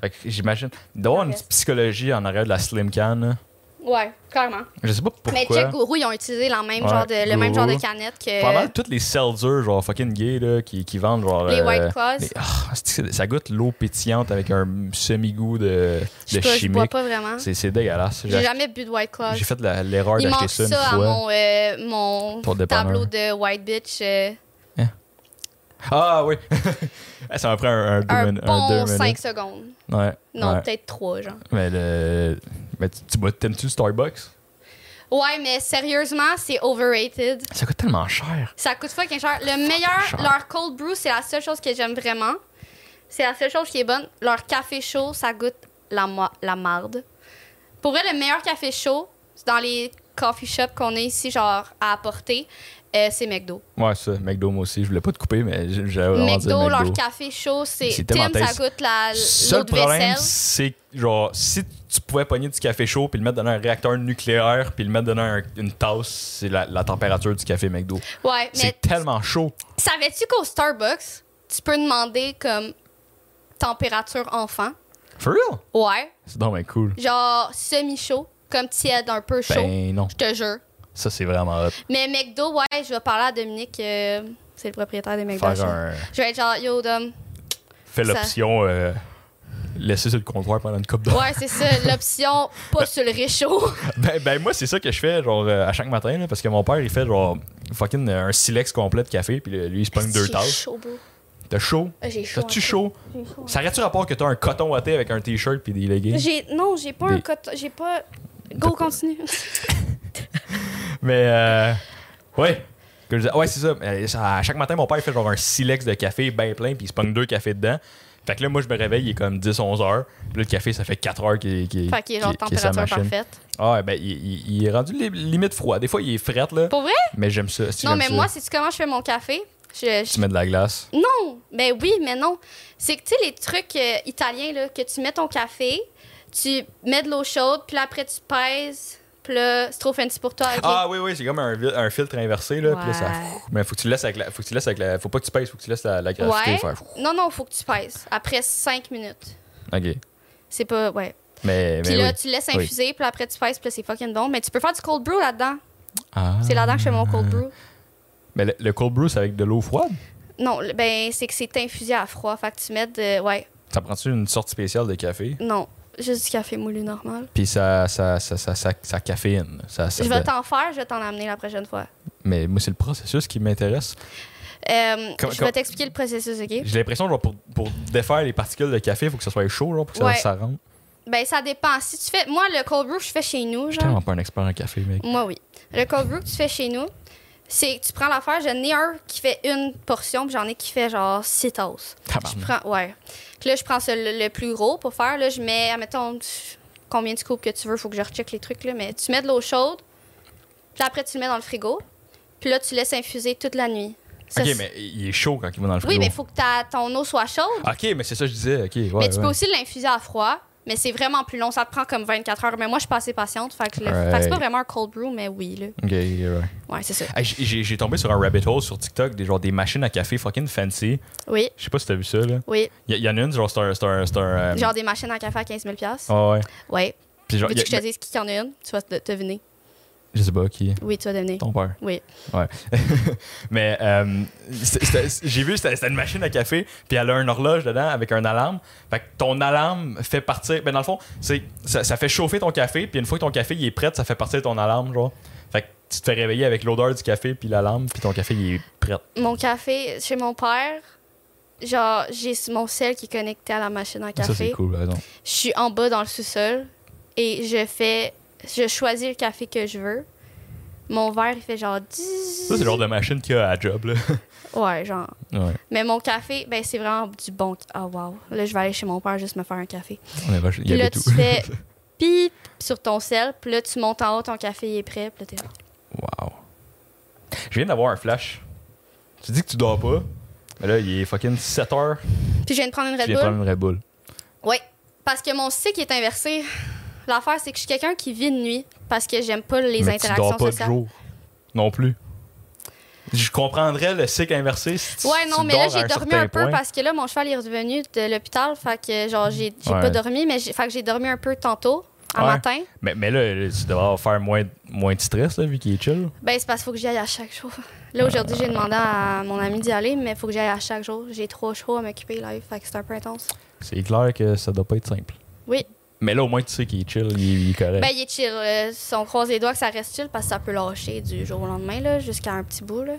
[SPEAKER 1] Fait que j'imagine. Il doit y avoir une
[SPEAKER 2] Reste.
[SPEAKER 1] psychologie en arrière de la Slim Can. là.
[SPEAKER 2] Ouais, clairement.
[SPEAKER 1] Je sais pas
[SPEAKER 2] Mais Jack
[SPEAKER 1] pourquoi.
[SPEAKER 2] Gourou, ils ont utilisé la même
[SPEAKER 1] Ouais,
[SPEAKER 2] genre de, le même
[SPEAKER 1] Gourou.
[SPEAKER 2] genre de canette que
[SPEAKER 1] Pas mal toutes les seltzers, genre fucking gay, là, qui, qui vendent, genre.
[SPEAKER 2] euh, les
[SPEAKER 1] euh,
[SPEAKER 2] White Claws.
[SPEAKER 1] les- Ah, c'est-tu que c'est- ça goûte l'eau pétillante avec un semi-goût de,
[SPEAKER 2] Je
[SPEAKER 1] de
[SPEAKER 2] sais pas, je bois
[SPEAKER 1] chimique.
[SPEAKER 2] pas vraiment.
[SPEAKER 1] C'est c'est dégueulasse.
[SPEAKER 2] J'ai
[SPEAKER 1] J'ai,
[SPEAKER 2] jamais bu de White Claws.
[SPEAKER 1] j'ai fait la- l'erreur
[SPEAKER 2] Il
[SPEAKER 1] d'acheter
[SPEAKER 2] manque
[SPEAKER 1] ça
[SPEAKER 2] ça,
[SPEAKER 1] une
[SPEAKER 2] à
[SPEAKER 1] fois.
[SPEAKER 2] mon, euh, mon
[SPEAKER 1] Ton dépanneur.
[SPEAKER 2] tableau de White Bitch. euh,
[SPEAKER 1] Ah oui! [laughs] Eh, ça m'a pris un, un, deux
[SPEAKER 2] un
[SPEAKER 1] min- un deux
[SPEAKER 2] bon
[SPEAKER 1] minutes.
[SPEAKER 2] 5 secondes.
[SPEAKER 1] Ouais.
[SPEAKER 2] Non,
[SPEAKER 1] ouais.
[SPEAKER 2] peut-être 3, genre.
[SPEAKER 1] Mais le. Mais tu, tu bois- t'aimes-tu le Starbucks?
[SPEAKER 2] Ouais, mais sérieusement, c'est overrated.
[SPEAKER 1] Ça coûte tellement cher.
[SPEAKER 2] Ça coûte fucking cher. Le meilleur,
[SPEAKER 1] cher.
[SPEAKER 2] leur cold brew, c'est la seule chose que j'aime vraiment. C'est la seule chose qui est bonne. Leur café chaud, ça goûte la, mo- la marde. Pour vrai, le meilleur café chaud, c'est dans les coffee shops qu'on a ici, genre, à apporter, euh, c'est McDo.
[SPEAKER 1] Ouais, ça, McDo, moi aussi. Je voulais pas te couper, mais j- j'avais vraiment dit McDo.
[SPEAKER 2] McDo, leur café chaud, c'est...
[SPEAKER 1] C'est tellement
[SPEAKER 2] Tim, ça
[SPEAKER 1] tasty.
[SPEAKER 2] goûte la, l'eau
[SPEAKER 1] Seul
[SPEAKER 2] de
[SPEAKER 1] problème,
[SPEAKER 2] vaisselle.
[SPEAKER 1] c'est que, genre, si tu pouvais pogner du café chaud puis le mettre dans un réacteur nucléaire puis le mettre dans un- une tasse, c'est la, la température du café McDo.
[SPEAKER 2] Ouais, mais
[SPEAKER 1] C'est tellement chaud.
[SPEAKER 2] savais-tu qu'au Starbucks, tu peux demander, comme, température enfant?
[SPEAKER 1] For real?
[SPEAKER 2] Ouais.
[SPEAKER 1] C'est donc bien cool.
[SPEAKER 2] Genre, semi-chaud, comme tiède, un peu chaud.
[SPEAKER 1] Ben non,
[SPEAKER 2] Je te jure.
[SPEAKER 1] ça c'est vraiment hot.
[SPEAKER 2] Mais McDo, ouais, je vais parler à Dominique, euh, c'est le propriétaire de McDo.
[SPEAKER 1] Faire
[SPEAKER 2] je-
[SPEAKER 1] un.
[SPEAKER 2] Je vais être genre,
[SPEAKER 1] [laughs]
[SPEAKER 2] yo, Dom.
[SPEAKER 1] Fais
[SPEAKER 2] Ça-
[SPEAKER 1] l'option. euh, Laisser sur le comptoir pendant une coupe d'eau.
[SPEAKER 2] Ouais, c'est ça, l'option pas sur le réchaud.
[SPEAKER 1] [laughs] Ben, ben, moi, c'est ça que je fais genre euh, à chaque matin là, parce que mon père il fait genre fucking euh, un silex complet de café puis euh, lui il se pogne deux
[SPEAKER 2] J'ai
[SPEAKER 1] tasses.
[SPEAKER 2] chaud, bro.
[SPEAKER 1] T'as chaud?
[SPEAKER 2] Ah, J'ai chaud.
[SPEAKER 1] T'as-tu
[SPEAKER 2] en fait.
[SPEAKER 1] chaud?
[SPEAKER 2] J'ai chaud.
[SPEAKER 1] Ça aurait-tu rapport que t'as un coton thé avec un t-shirt puis des leggings?
[SPEAKER 2] J'ai- Non, j'ai pas un
[SPEAKER 1] Des-
[SPEAKER 2] coton. J'ai pas.
[SPEAKER 1] T'as
[SPEAKER 2] Go,
[SPEAKER 1] pas-
[SPEAKER 2] continue.
[SPEAKER 1] Mais, euh, ouais. Que je disais- ouais, c'est ça. Euh, ça- À chaque matin, mon père, il fait genre un silex de café bien plein puis il se pogne deux cafés dedans. Fait que là, moi, je me réveille, il est comme 10-11 heures. Puis là, le café, ça fait 4 heures qu'il qu'il-
[SPEAKER 2] [laughs] Fait qu'il est genre
[SPEAKER 1] qu'il- qu'il est sa
[SPEAKER 2] température
[SPEAKER 1] machine.
[SPEAKER 2] parfaite.
[SPEAKER 1] Ah, ben, il, il- il est rendu li- limite froid. Des fois, il est fret, là.
[SPEAKER 2] Pour vrai?
[SPEAKER 1] Mais j'aime ça. si,
[SPEAKER 2] non,
[SPEAKER 1] j'aime
[SPEAKER 2] mais
[SPEAKER 1] ça.
[SPEAKER 2] moi, sais-tu comment je fais mon café? Je, je-
[SPEAKER 1] Tu mets de la glace.
[SPEAKER 2] Non, ben oui, mais non. C'est que, tu sais, les trucs euh, italiens, là, que tu mets ton café, tu mets de l'eau chaude, puis là, après, tu pèses, puis là, c'est trop fancy pour toi. ok.
[SPEAKER 1] Ah, oui, oui, c'est comme un, vi- un filtre inversé, là. Puis là, ça.
[SPEAKER 3] Ouais.
[SPEAKER 1] Mais faut que tu laisses avec la. Faut que tu laisses avec la. Faut pas que tu pèses, faut que tu laisses la, la gravité
[SPEAKER 2] ouais.
[SPEAKER 1] faire.
[SPEAKER 2] Non, non, faut que tu pèses. Après 5 minutes.
[SPEAKER 1] Ok.
[SPEAKER 2] C'est pas. Ouais.
[SPEAKER 1] Mais.
[SPEAKER 2] Puis
[SPEAKER 1] mais
[SPEAKER 2] là,
[SPEAKER 1] Eh ben oui.
[SPEAKER 2] tu laisses
[SPEAKER 1] Oui.
[SPEAKER 2] infuser, puis après, tu pèses, puis là, c'est fucking bon. Mais tu peux faire du cold brew là-dedans.
[SPEAKER 1] Ah.
[SPEAKER 2] C'est là-dedans que je fais mon cold brew.
[SPEAKER 1] Mais le, le cold brew, c'est avec de l'eau froide?
[SPEAKER 2] Non, le- ben, c'est que c'est infusé à froid. Fait que tu mets de. Ouais.
[SPEAKER 1] Ça prend-tu une sorte spéciale de café?
[SPEAKER 2] Non, juste du café moulu normal.
[SPEAKER 1] Puis ça, ça, ça, ça, ça, ça caféine. Ça, ça
[SPEAKER 2] je vais
[SPEAKER 1] de-
[SPEAKER 2] t'en faire, je vais t'en amener la prochaine fois.
[SPEAKER 1] Mais moi, c'est le processus qui m'intéresse.
[SPEAKER 2] Euh,
[SPEAKER 1] Comme-
[SPEAKER 2] je
[SPEAKER 1] comme-
[SPEAKER 2] vais t'expliquer le processus, OK?
[SPEAKER 1] J'ai l'impression, genre, pour, pour défaire les particules de café, il faut que ça soit chaud, genre, pour que ça,
[SPEAKER 2] Ouais.
[SPEAKER 1] ça rentre.
[SPEAKER 2] Ben, ça dépend. Si tu fais. Moi, le cold brew, je fais chez nous,
[SPEAKER 1] Je suis
[SPEAKER 2] genre.
[SPEAKER 1] tellement pas un expert en café, mec.
[SPEAKER 2] Moi, oui. Le cold brew que tu fais chez nous, c'est que tu prends l'affaire. J'en ai un qui fait une portion, puis j'en ai qui fait genre six tasses. Je
[SPEAKER 1] Tabarnak.
[SPEAKER 2] prends. Ouais. Puis là, je prends ce- le, le plus gros pour faire. Là, je mets, admettons, pff, combien de coupes que tu veux. Faut que je recheck les trucs, là. Mais tu mets de l'eau chaude, puis après, tu le mets dans le frigo. Puis là, tu laisses infuser toute la nuit. Ça,
[SPEAKER 1] Ok,
[SPEAKER 2] c'est-
[SPEAKER 1] mais il est chaud quand il va dans le frigo. Ah,
[SPEAKER 2] Oui, mais il faut que ta- ton eau soit chaude.
[SPEAKER 1] Ok, mais c'est ça que je disais. Ok, ouais,
[SPEAKER 2] mais tu
[SPEAKER 1] ouais.
[SPEAKER 2] peux aussi l'infuser à froid, mais c'est vraiment plus long. Ça te prend comme 24 heures. Mais moi, je suis pas assez patiente. Fait que, le-
[SPEAKER 1] Right.
[SPEAKER 2] fait que c'est pas vraiment un cold brew, mais oui, là.
[SPEAKER 1] Ok, ok, ouais.
[SPEAKER 2] Ouais, c'est ça.
[SPEAKER 1] Hey, j'ai- j'ai j'ai tombé sur un rabbit hole sur TikTok, des, genre, des machines à café fucking fancy.
[SPEAKER 2] Oui,
[SPEAKER 1] Je sais pas si t'as vu ça, là.
[SPEAKER 2] oui.
[SPEAKER 1] Il y, en a une, genre, c'est un. c'est un- c'est un, euh,
[SPEAKER 2] Genre des machines à café à 15 000 piastres.
[SPEAKER 1] ah ouais.
[SPEAKER 2] Ouais.
[SPEAKER 1] Puis genre,
[SPEAKER 2] Veux-tu
[SPEAKER 1] y a-
[SPEAKER 2] que je te dise qui en a une? Tu vas te deviner.
[SPEAKER 1] je sais pas qui.
[SPEAKER 2] Oui, tu vas deviner.
[SPEAKER 1] Ton père.
[SPEAKER 2] Oui.
[SPEAKER 1] Ouais. [laughs] mais euh, c'était- c'était- j'ai vu, c'était c'était une machine à café, puis elle a une horloge dedans avec un alarme. Fait que ton alarme fait partir. Ben, dans le fond, c'est- ça, ça fait chauffer ton café, puis une fois que ton café il est prêt, ça fait partir ton alarme, genre. Fait que tu te fais réveiller avec l'odeur du café, puis l'alarme, puis ton café il est prêt.
[SPEAKER 2] Mon café, chez mon père, genre, j'ai mon sel qui est connecté à la machine à
[SPEAKER 1] Ah, Ça, c'est
[SPEAKER 2] café.
[SPEAKER 1] cool, par exemple.
[SPEAKER 2] Je suis en bas dans le sous-sol et je fais. Je choisis le café que je veux. Mon verre, il fait genre 10.
[SPEAKER 1] Ça, c'est le genre de machine qu'il y a à job, là. [laughs]
[SPEAKER 2] Ouais, genre.
[SPEAKER 1] ouais.
[SPEAKER 2] Mais mon café, ben c'est vraiment du bon. Ah wow. Là, je vais aller chez mon père juste me faire un café.
[SPEAKER 1] On est vache- il y
[SPEAKER 2] Puis
[SPEAKER 1] avait
[SPEAKER 2] là,
[SPEAKER 1] tout.
[SPEAKER 2] tu fais pip sur ton sel. Puis là, tu montes en haut, ton café est prêt. Puis là, t'es là.
[SPEAKER 1] [laughs] Wow. Je viens d'avoir un flash. Tu dis que tu dors pas, mais là, il est fucking 7 heures,
[SPEAKER 2] Puis je viens de prendre une
[SPEAKER 1] tu
[SPEAKER 2] Red
[SPEAKER 1] viens
[SPEAKER 2] Bull.
[SPEAKER 1] prendre une Red Bull.
[SPEAKER 2] Oui, parce que mon cycle est inversé. L'affaire, c'est que je suis quelqu'un qui vit de nuit parce que j'aime pas les
[SPEAKER 1] mais
[SPEAKER 2] interactions
[SPEAKER 1] tu dors pas
[SPEAKER 2] sociales.
[SPEAKER 1] de jour non plus. Je comprendrais le cycle inversé si tu
[SPEAKER 2] Ouais, non,
[SPEAKER 1] tu
[SPEAKER 2] mais là,
[SPEAKER 1] dors à
[SPEAKER 2] j'ai dormi
[SPEAKER 1] certain
[SPEAKER 2] un peu
[SPEAKER 1] point.
[SPEAKER 2] parce que là, mon cheval est revenu de l'hôpital. Fait que, genre, j'ai j'ai
[SPEAKER 1] Ouais.
[SPEAKER 2] pas dormi, mais j'ai fait que j'ai dormi un peu tantôt, un
[SPEAKER 1] Ouais.
[SPEAKER 2] matin.
[SPEAKER 1] Mais, mais là, là, tu devrais faire moins, moins de stress, là, vu qu'il est chill.
[SPEAKER 2] Ben, c'est parce qu'il faut que j'y aille à chaque jour. Là, aujourd'hui, j'ai demandé à mon ami d'y aller, mais il faut que j'y aille à chaque jour. J'ai trop chaud à m'occuper là, fait que c'est un peu intense.
[SPEAKER 1] C'est clair que ça doit pas être simple.
[SPEAKER 2] Oui.
[SPEAKER 1] Mais là, au moins, tu sais qu'il est chill, il, est- il est correct.
[SPEAKER 2] Ben, il est chill. euh, si on croise les doigts que ça reste chill, parce que ça peut lâcher du jour au lendemain, là, jusqu'à un petit bout, là.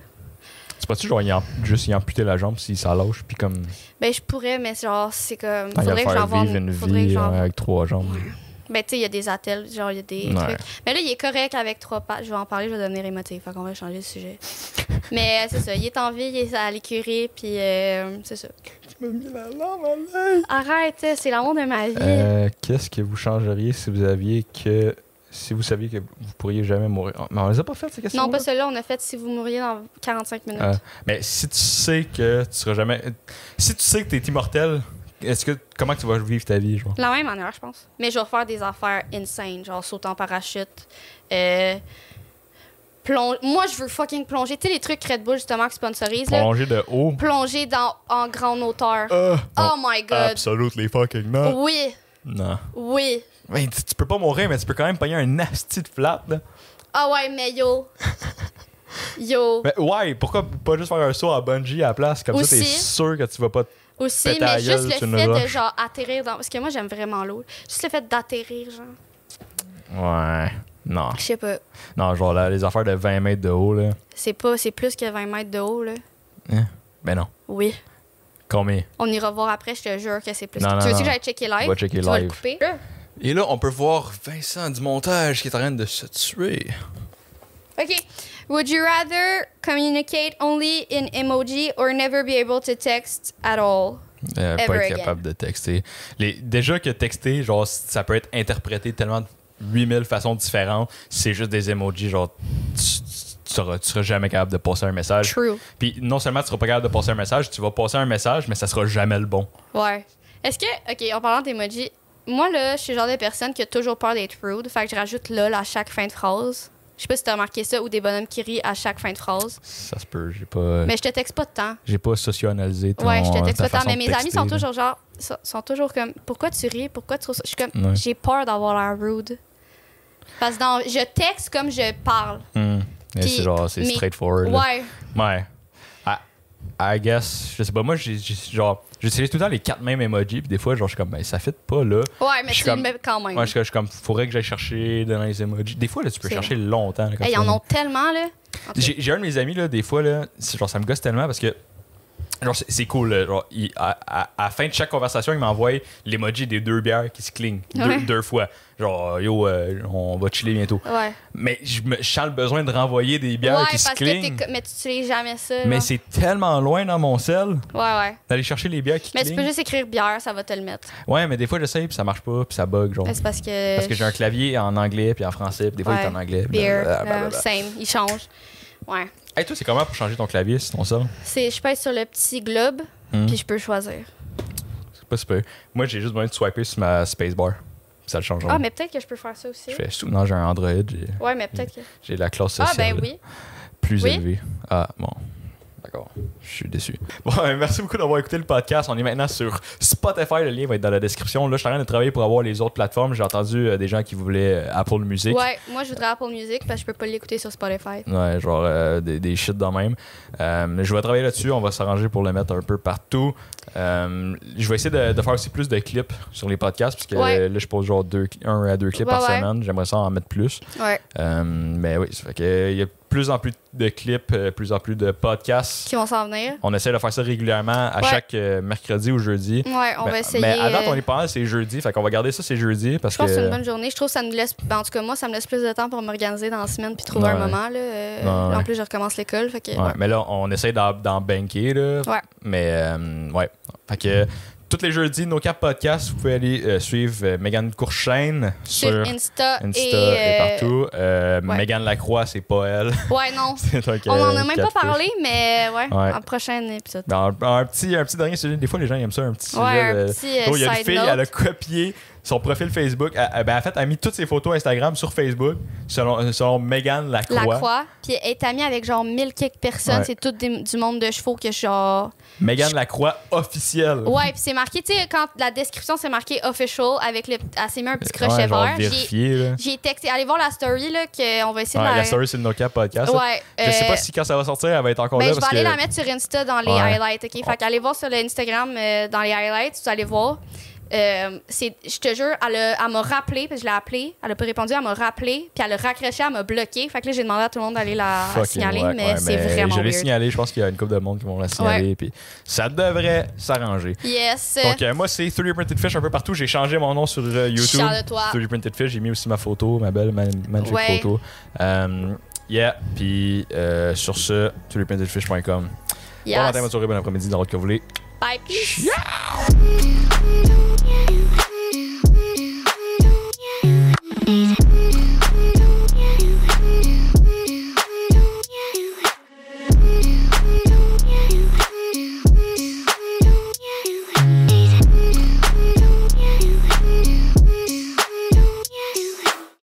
[SPEAKER 1] C'est pas-tu genre il a, juste il a amputé la jambe si ça lâche, puis comme...
[SPEAKER 2] Ben, je pourrais, mais genre, c'est comme.
[SPEAKER 1] tant qu'à
[SPEAKER 2] Faudrait que
[SPEAKER 1] faire
[SPEAKER 2] j'en vende.
[SPEAKER 1] vivre une
[SPEAKER 2] faudrait que
[SPEAKER 1] vie
[SPEAKER 2] j'en
[SPEAKER 1] euh, avec trois [laughs] jambes.
[SPEAKER 2] Ben, tu sais, il y a des attelles, genre, il y a des
[SPEAKER 1] Ouais.
[SPEAKER 2] trucs. Mais là, il est correct avec trois pattes. Je vais en parler, je vais devenir émotive. Fait qu'on va changer
[SPEAKER 1] [laughs]
[SPEAKER 2] de sujet. mais euh, c'est ça, il est en vie, il est à l'écurie, puis euh, c'est ça.
[SPEAKER 1] Tu m'as mis la lampe à l'œil!
[SPEAKER 2] Arrête, c'est l'amour de ma vie.
[SPEAKER 1] Euh, Qu'est-ce que vous changeriez si vous aviez que... Si vous saviez que vous pourriez jamais mourir? Oh, Mais on les a pas faites, ces questions
[SPEAKER 2] non, pas celui-là, on a fait si vous mouriez dans 45 minutes.
[SPEAKER 1] Ah. Mais si tu sais que tu seras jamais. Si tu sais que t'es immortel, est-ce que comment tu vas vivre ta vie, genre?
[SPEAKER 2] La même manière, je pense. Mais je vais faire des affaires insane, genre sauter en parachute. Euh, plong- Moi, je veux fucking plonger. Tu sais, les trucs Red Bull, justement, qui sponsorisent, là.
[SPEAKER 1] Plonger de haut.
[SPEAKER 2] plonger dans, en grande hauteur.
[SPEAKER 1] Ah!
[SPEAKER 2] Oh my god. Oh.
[SPEAKER 1] Absolutely fucking not.
[SPEAKER 2] Oui,
[SPEAKER 1] Non.
[SPEAKER 2] oui.
[SPEAKER 1] Mais tu, tu peux pas mourir, mais tu peux quand même payer un nasty de flap, là.
[SPEAKER 2] Ah ouais, mais yo. Yo.
[SPEAKER 1] [laughs] Mais ouais, pourquoi pas juste faire un saut à bungee à la place? Comme ça, t'es
[SPEAKER 2] Aussi-
[SPEAKER 1] sûr que tu vas pas.
[SPEAKER 2] Aussi,
[SPEAKER 1] pète ta
[SPEAKER 2] mais
[SPEAKER 1] gueule
[SPEAKER 2] juste
[SPEAKER 1] sur
[SPEAKER 2] le
[SPEAKER 1] une
[SPEAKER 2] fait de
[SPEAKER 1] roche.
[SPEAKER 2] genre atterrir dans. Parce que moi, j'aime vraiment l'eau. Juste le fait d'atterrir, genre.
[SPEAKER 1] Ouais. Non.
[SPEAKER 2] Je sais pas.
[SPEAKER 1] Non, genre là, les affaires de 20 mètres de haut, là.
[SPEAKER 2] C'est pas. C'est plus que 20 mètres de haut, là.
[SPEAKER 1] Ben non.
[SPEAKER 2] Oui.
[SPEAKER 1] Combien?
[SPEAKER 2] On ira voir après, je te jure que c'est plus.
[SPEAKER 1] Non,
[SPEAKER 2] que-
[SPEAKER 1] non,
[SPEAKER 2] tu veux
[SPEAKER 1] non.
[SPEAKER 2] que j'aille checker live?
[SPEAKER 1] On va checker
[SPEAKER 2] tu vas le
[SPEAKER 1] live.
[SPEAKER 2] couper?
[SPEAKER 1] Et là, on peut voir Vincent du montage qui est en train de se tuer.
[SPEAKER 2] OK. Would you rather communicate only in emoji or never be able to text at all?
[SPEAKER 1] Euh, pas
[SPEAKER 2] Ever
[SPEAKER 1] être
[SPEAKER 2] again.
[SPEAKER 1] capable de texter. Les, déjà que texter, genre, ça peut être interprété tellement de 8000 façons différentes. C'est juste des emojis, genre, tu, tu, tu seras, tu seras jamais capable de passer un message.
[SPEAKER 2] True.
[SPEAKER 1] Puis non seulement tu seras pas capable de passer un message, tu vas passer un message, mais ça sera jamais le bon.
[SPEAKER 2] Ouais. Est-ce que, OK, en parlant d'emoji, moi, là, je suis le genre de personne qui a toujours peur d'être rude. Fait que je rajoute lol à chaque fin de phrase. Je sais pas si t'as remarqué ça ou des bonhommes qui rient à chaque fin de phrase.
[SPEAKER 1] Ça se peut, j'ai pas.
[SPEAKER 2] Mais je te texte pas de temps.
[SPEAKER 1] J'ai pas socio-analysé ton, euh,
[SPEAKER 2] Ouais, je te texte
[SPEAKER 1] ta
[SPEAKER 2] pas de temps.
[SPEAKER 1] façon
[SPEAKER 2] Mais
[SPEAKER 1] de
[SPEAKER 2] mes amis
[SPEAKER 1] texter,
[SPEAKER 2] sont
[SPEAKER 1] là.
[SPEAKER 2] toujours genre, sont- sont toujours comme, pourquoi tu ris? Pourquoi tu trouves ça? Je suis comme,
[SPEAKER 1] Ouais.
[SPEAKER 2] j'ai peur d'avoir l'air rude. Parce que dans- je texte comme je parle.
[SPEAKER 1] Hmm. Mais
[SPEAKER 2] Puis
[SPEAKER 1] C'est genre, c'est
[SPEAKER 2] mes-
[SPEAKER 1] straightforward. là.
[SPEAKER 2] Ouais.
[SPEAKER 1] Ouais. I, I guess, je sais pas, moi, j'ai j'ai- genre, j'utilise tout le temps les quatre mêmes emojis, puis des fois, genre, je suis comme, ben, ça fit pas, là.
[SPEAKER 2] Ouais, mais
[SPEAKER 1] Je suis
[SPEAKER 2] tu le
[SPEAKER 1] comme-
[SPEAKER 2] mets quand même.
[SPEAKER 1] Moi, je, je suis comme, faudrait que j'aille chercher dans les emojis. Des fois, là, tu peux
[SPEAKER 2] C'est
[SPEAKER 1] chercher longtemps. là, quand
[SPEAKER 2] Hey,
[SPEAKER 1] tu
[SPEAKER 2] ils en
[SPEAKER 1] vas-
[SPEAKER 2] ont tellement, là. En tout cas,
[SPEAKER 1] J'ai j'ai un de mes amis, là, des fois, là, c'est- genre, ça me gosse tellement parce que. Genre, c'est- c'est cool. là, genre, il- à, à- à la fin de chaque conversation, il m'envoie l'emoji des deux bières qui se clignent deux-
[SPEAKER 2] Ouais.
[SPEAKER 1] deux, fois. Genre, yo, euh, on va chiller bientôt.
[SPEAKER 2] Ouais.
[SPEAKER 1] Mais je, me, je sens le besoin de renvoyer des bières
[SPEAKER 2] ouais,
[SPEAKER 1] qui se
[SPEAKER 2] parce que t'es
[SPEAKER 1] clignent.
[SPEAKER 2] co- mais tu utilises jamais ça.
[SPEAKER 1] Mais
[SPEAKER 2] là.
[SPEAKER 1] c'est tellement loin dans mon sel
[SPEAKER 2] Ouais, ouais.
[SPEAKER 1] d'aller chercher les bières qui
[SPEAKER 2] Mais tu
[SPEAKER 1] clignent.
[SPEAKER 2] peux juste écrire bière, ça va te le mettre.
[SPEAKER 1] Ouais, mais des fois, j'essaye, puis ça marche pas, puis ça bug. Genre.
[SPEAKER 2] Mais C'est parce que.
[SPEAKER 1] Parce que j'ai un clavier en anglais, puis en français, puis des fois, il est en
[SPEAKER 2] Ouais.
[SPEAKER 1] anglais. puis
[SPEAKER 2] Beer,
[SPEAKER 1] blablabla.
[SPEAKER 2] euh, same, il change. Ouais.
[SPEAKER 1] Hey, toi, c'est comment pour changer ton clavier, sinon ça?
[SPEAKER 2] C'est, je pèse sur le petit globe,
[SPEAKER 1] Hmm.
[SPEAKER 2] puis je peux choisir.
[SPEAKER 1] C'est pas super. Moi, j'ai juste besoin de swiper sur ma spacebar. Ça le change.
[SPEAKER 2] Ah, mais peut-être que je peux faire ça aussi.
[SPEAKER 1] Je fais sous. Non, j'ai un Android. J'ai,
[SPEAKER 2] Ouais, mais peut-être que.
[SPEAKER 1] j'ai la classe
[SPEAKER 2] Ah,
[SPEAKER 1] sociale
[SPEAKER 2] ben oui.
[SPEAKER 1] plus
[SPEAKER 2] Oui.
[SPEAKER 1] élevée. Ah, bon. D'accord. Je suis déçu. Bon, [laughs] euh, merci beaucoup d'avoir écouté le podcast. On est maintenant sur Spotify. Le lien va être dans la description. Là, je suis en train de travailler pour avoir les autres plateformes. J'ai entendu euh, des gens qui voulaient euh, Apple Music.
[SPEAKER 2] Ouais, moi je voudrais Apple Music parce que je peux pas l'écouter sur Spotify.
[SPEAKER 1] Ouais, genre euh, des, des shit dans même. Euh, je vais travailler là-dessus, on va s'arranger pour le mettre un peu partout. Euh, je vais essayer de, de faire aussi plus de clips sur les podcasts, parce que
[SPEAKER 2] Ouais.
[SPEAKER 1] là, je pose genre deux, un à deux clips
[SPEAKER 2] Ouais,
[SPEAKER 1] par
[SPEAKER 2] ouais.
[SPEAKER 1] semaine. J'aimerais ça en mettre plus.
[SPEAKER 2] Ouais,
[SPEAKER 1] Euh, mais oui, ça fait que euh, il y a plus en plus de clips, euh, plus en plus de podcasts.
[SPEAKER 2] qui vont s'en venir.
[SPEAKER 1] On essaie de faire ça régulièrement à
[SPEAKER 2] Ouais.
[SPEAKER 1] chaque euh, mercredi ou jeudi.
[SPEAKER 2] Ouais,
[SPEAKER 1] mais,
[SPEAKER 2] on
[SPEAKER 1] ben,
[SPEAKER 2] va essayer.
[SPEAKER 1] mais à date,
[SPEAKER 2] euh,
[SPEAKER 1] on est pas mal, c'est jeudi, fait qu'on va garder ça, c'est jeudi. Parce
[SPEAKER 2] Je pense que c'est
[SPEAKER 1] que
[SPEAKER 2] une bonne journée. Je trouve que ça nous laisse. ben, en tout cas, moi, ça me laisse plus de temps pour m'organiser dans la semaine puis trouver
[SPEAKER 1] Ouais.
[SPEAKER 2] un moment. Là, euh,
[SPEAKER 1] Ouais, ouais.
[SPEAKER 2] là, En plus, je recommence l'école. Fait que,
[SPEAKER 1] Ouais, mais là, on essaie d'en, d'en banker, là.
[SPEAKER 2] Ouais.
[SPEAKER 1] Mais, euh, ouais. Fait que, euh, tous les jeudis, nos quatre podcasts, vous pouvez aller euh, suivre euh, Mégane Courchaine sur,
[SPEAKER 2] Sur Insta,
[SPEAKER 1] Insta
[SPEAKER 2] et,
[SPEAKER 1] et,
[SPEAKER 2] euh,
[SPEAKER 1] partout. Euh,
[SPEAKER 2] ouais.
[SPEAKER 1] Mégane Lacroix, c'est pas elle. [laughs] euh,
[SPEAKER 2] Ouais, non.
[SPEAKER 1] C'est un
[SPEAKER 2] On en a
[SPEAKER 1] ca-
[SPEAKER 2] même pas
[SPEAKER 1] catfish.
[SPEAKER 2] parlé, mais ouais,
[SPEAKER 1] Ouais.
[SPEAKER 2] en prochain épisode.
[SPEAKER 1] Dans Ben, un, un petit, un petit dernier sujet. Des fois, les gens aiment ça, un petit
[SPEAKER 2] Ouais,
[SPEAKER 1] sujet.
[SPEAKER 2] un
[SPEAKER 1] de-
[SPEAKER 2] petit euh,
[SPEAKER 1] Oh, il y a une
[SPEAKER 2] side
[SPEAKER 1] fille,
[SPEAKER 2] note.
[SPEAKER 1] elle a copié son profil Facebook. Elle, elle- ben, en fait, elle a mis toutes ses photos Instagram sur Facebook selon, selon Mégane
[SPEAKER 2] La
[SPEAKER 1] Lacroix.
[SPEAKER 2] croix, puis elle est amie avec genre 1000 quelques personnes,
[SPEAKER 1] Ouais.
[SPEAKER 2] c'est tout des- du monde de chevaux que je suis genre.
[SPEAKER 1] Mégane Lacroix officielle.
[SPEAKER 2] Ouais, puis c'est marqué, tu sais, quand la description c'est marqué official avec le. Elle s'est mis un petit crochet
[SPEAKER 1] Ouais, genre
[SPEAKER 2] vert. J'ai-
[SPEAKER 1] vérifier, là.
[SPEAKER 2] J'ai texté, allez voir la story là, qu'on va essayer
[SPEAKER 1] Ouais,
[SPEAKER 2] de la.
[SPEAKER 1] la story, c'est le NoCap podcast. là.
[SPEAKER 2] Ouais,
[SPEAKER 1] Je sais
[SPEAKER 2] euh,
[SPEAKER 1] pas si quand ça va sortir, elle va être encore
[SPEAKER 2] Ben,
[SPEAKER 1] là.
[SPEAKER 2] je vais
[SPEAKER 1] parce
[SPEAKER 2] aller
[SPEAKER 1] que...
[SPEAKER 2] la mettre sur Insta dans les
[SPEAKER 1] Ouais.
[SPEAKER 2] highlights, OK? Fait qu'allez voir sur le Instagram, euh, dans les highlights, vous allez voir. Euh, c'est- je te jure, elle, a- elle m'a rappelé, puis je l'ai appelée, elle a pas répondu, elle m'a rappelé, puis elle a raccroché, elle m'a bloqué. Fait que là, j'ai demandé à tout le monde d'aller la
[SPEAKER 1] Fucking
[SPEAKER 2] euh, signaler,
[SPEAKER 1] whack,
[SPEAKER 2] mais
[SPEAKER 1] ouais,
[SPEAKER 2] c'est vraiment
[SPEAKER 1] Je l'ai
[SPEAKER 2] weird.
[SPEAKER 1] signalé, je pense qu'il y a une couple de monde qui vont la signaler. Puis ça devrait s'arranger.
[SPEAKER 2] Yes.
[SPEAKER 1] Donc, euh, moi, c'est 3D Printed Fish un peu partout. J'ai changé mon nom sur euh, YouTube.
[SPEAKER 2] fière de toi.
[SPEAKER 1] 3D Printed Fish, j'ai mis aussi ma photo, ma belle man- magnifique
[SPEAKER 2] Ouais.
[SPEAKER 1] photo. Euh, yeah, puis euh, sur ce, 3DPrintedFish.com.
[SPEAKER 2] yes.
[SPEAKER 1] Bon matin, bonne soirée, bon après-midi, dans l'autre que vous voulez.
[SPEAKER 2] Bye, peace.
[SPEAKER 3] Yeah.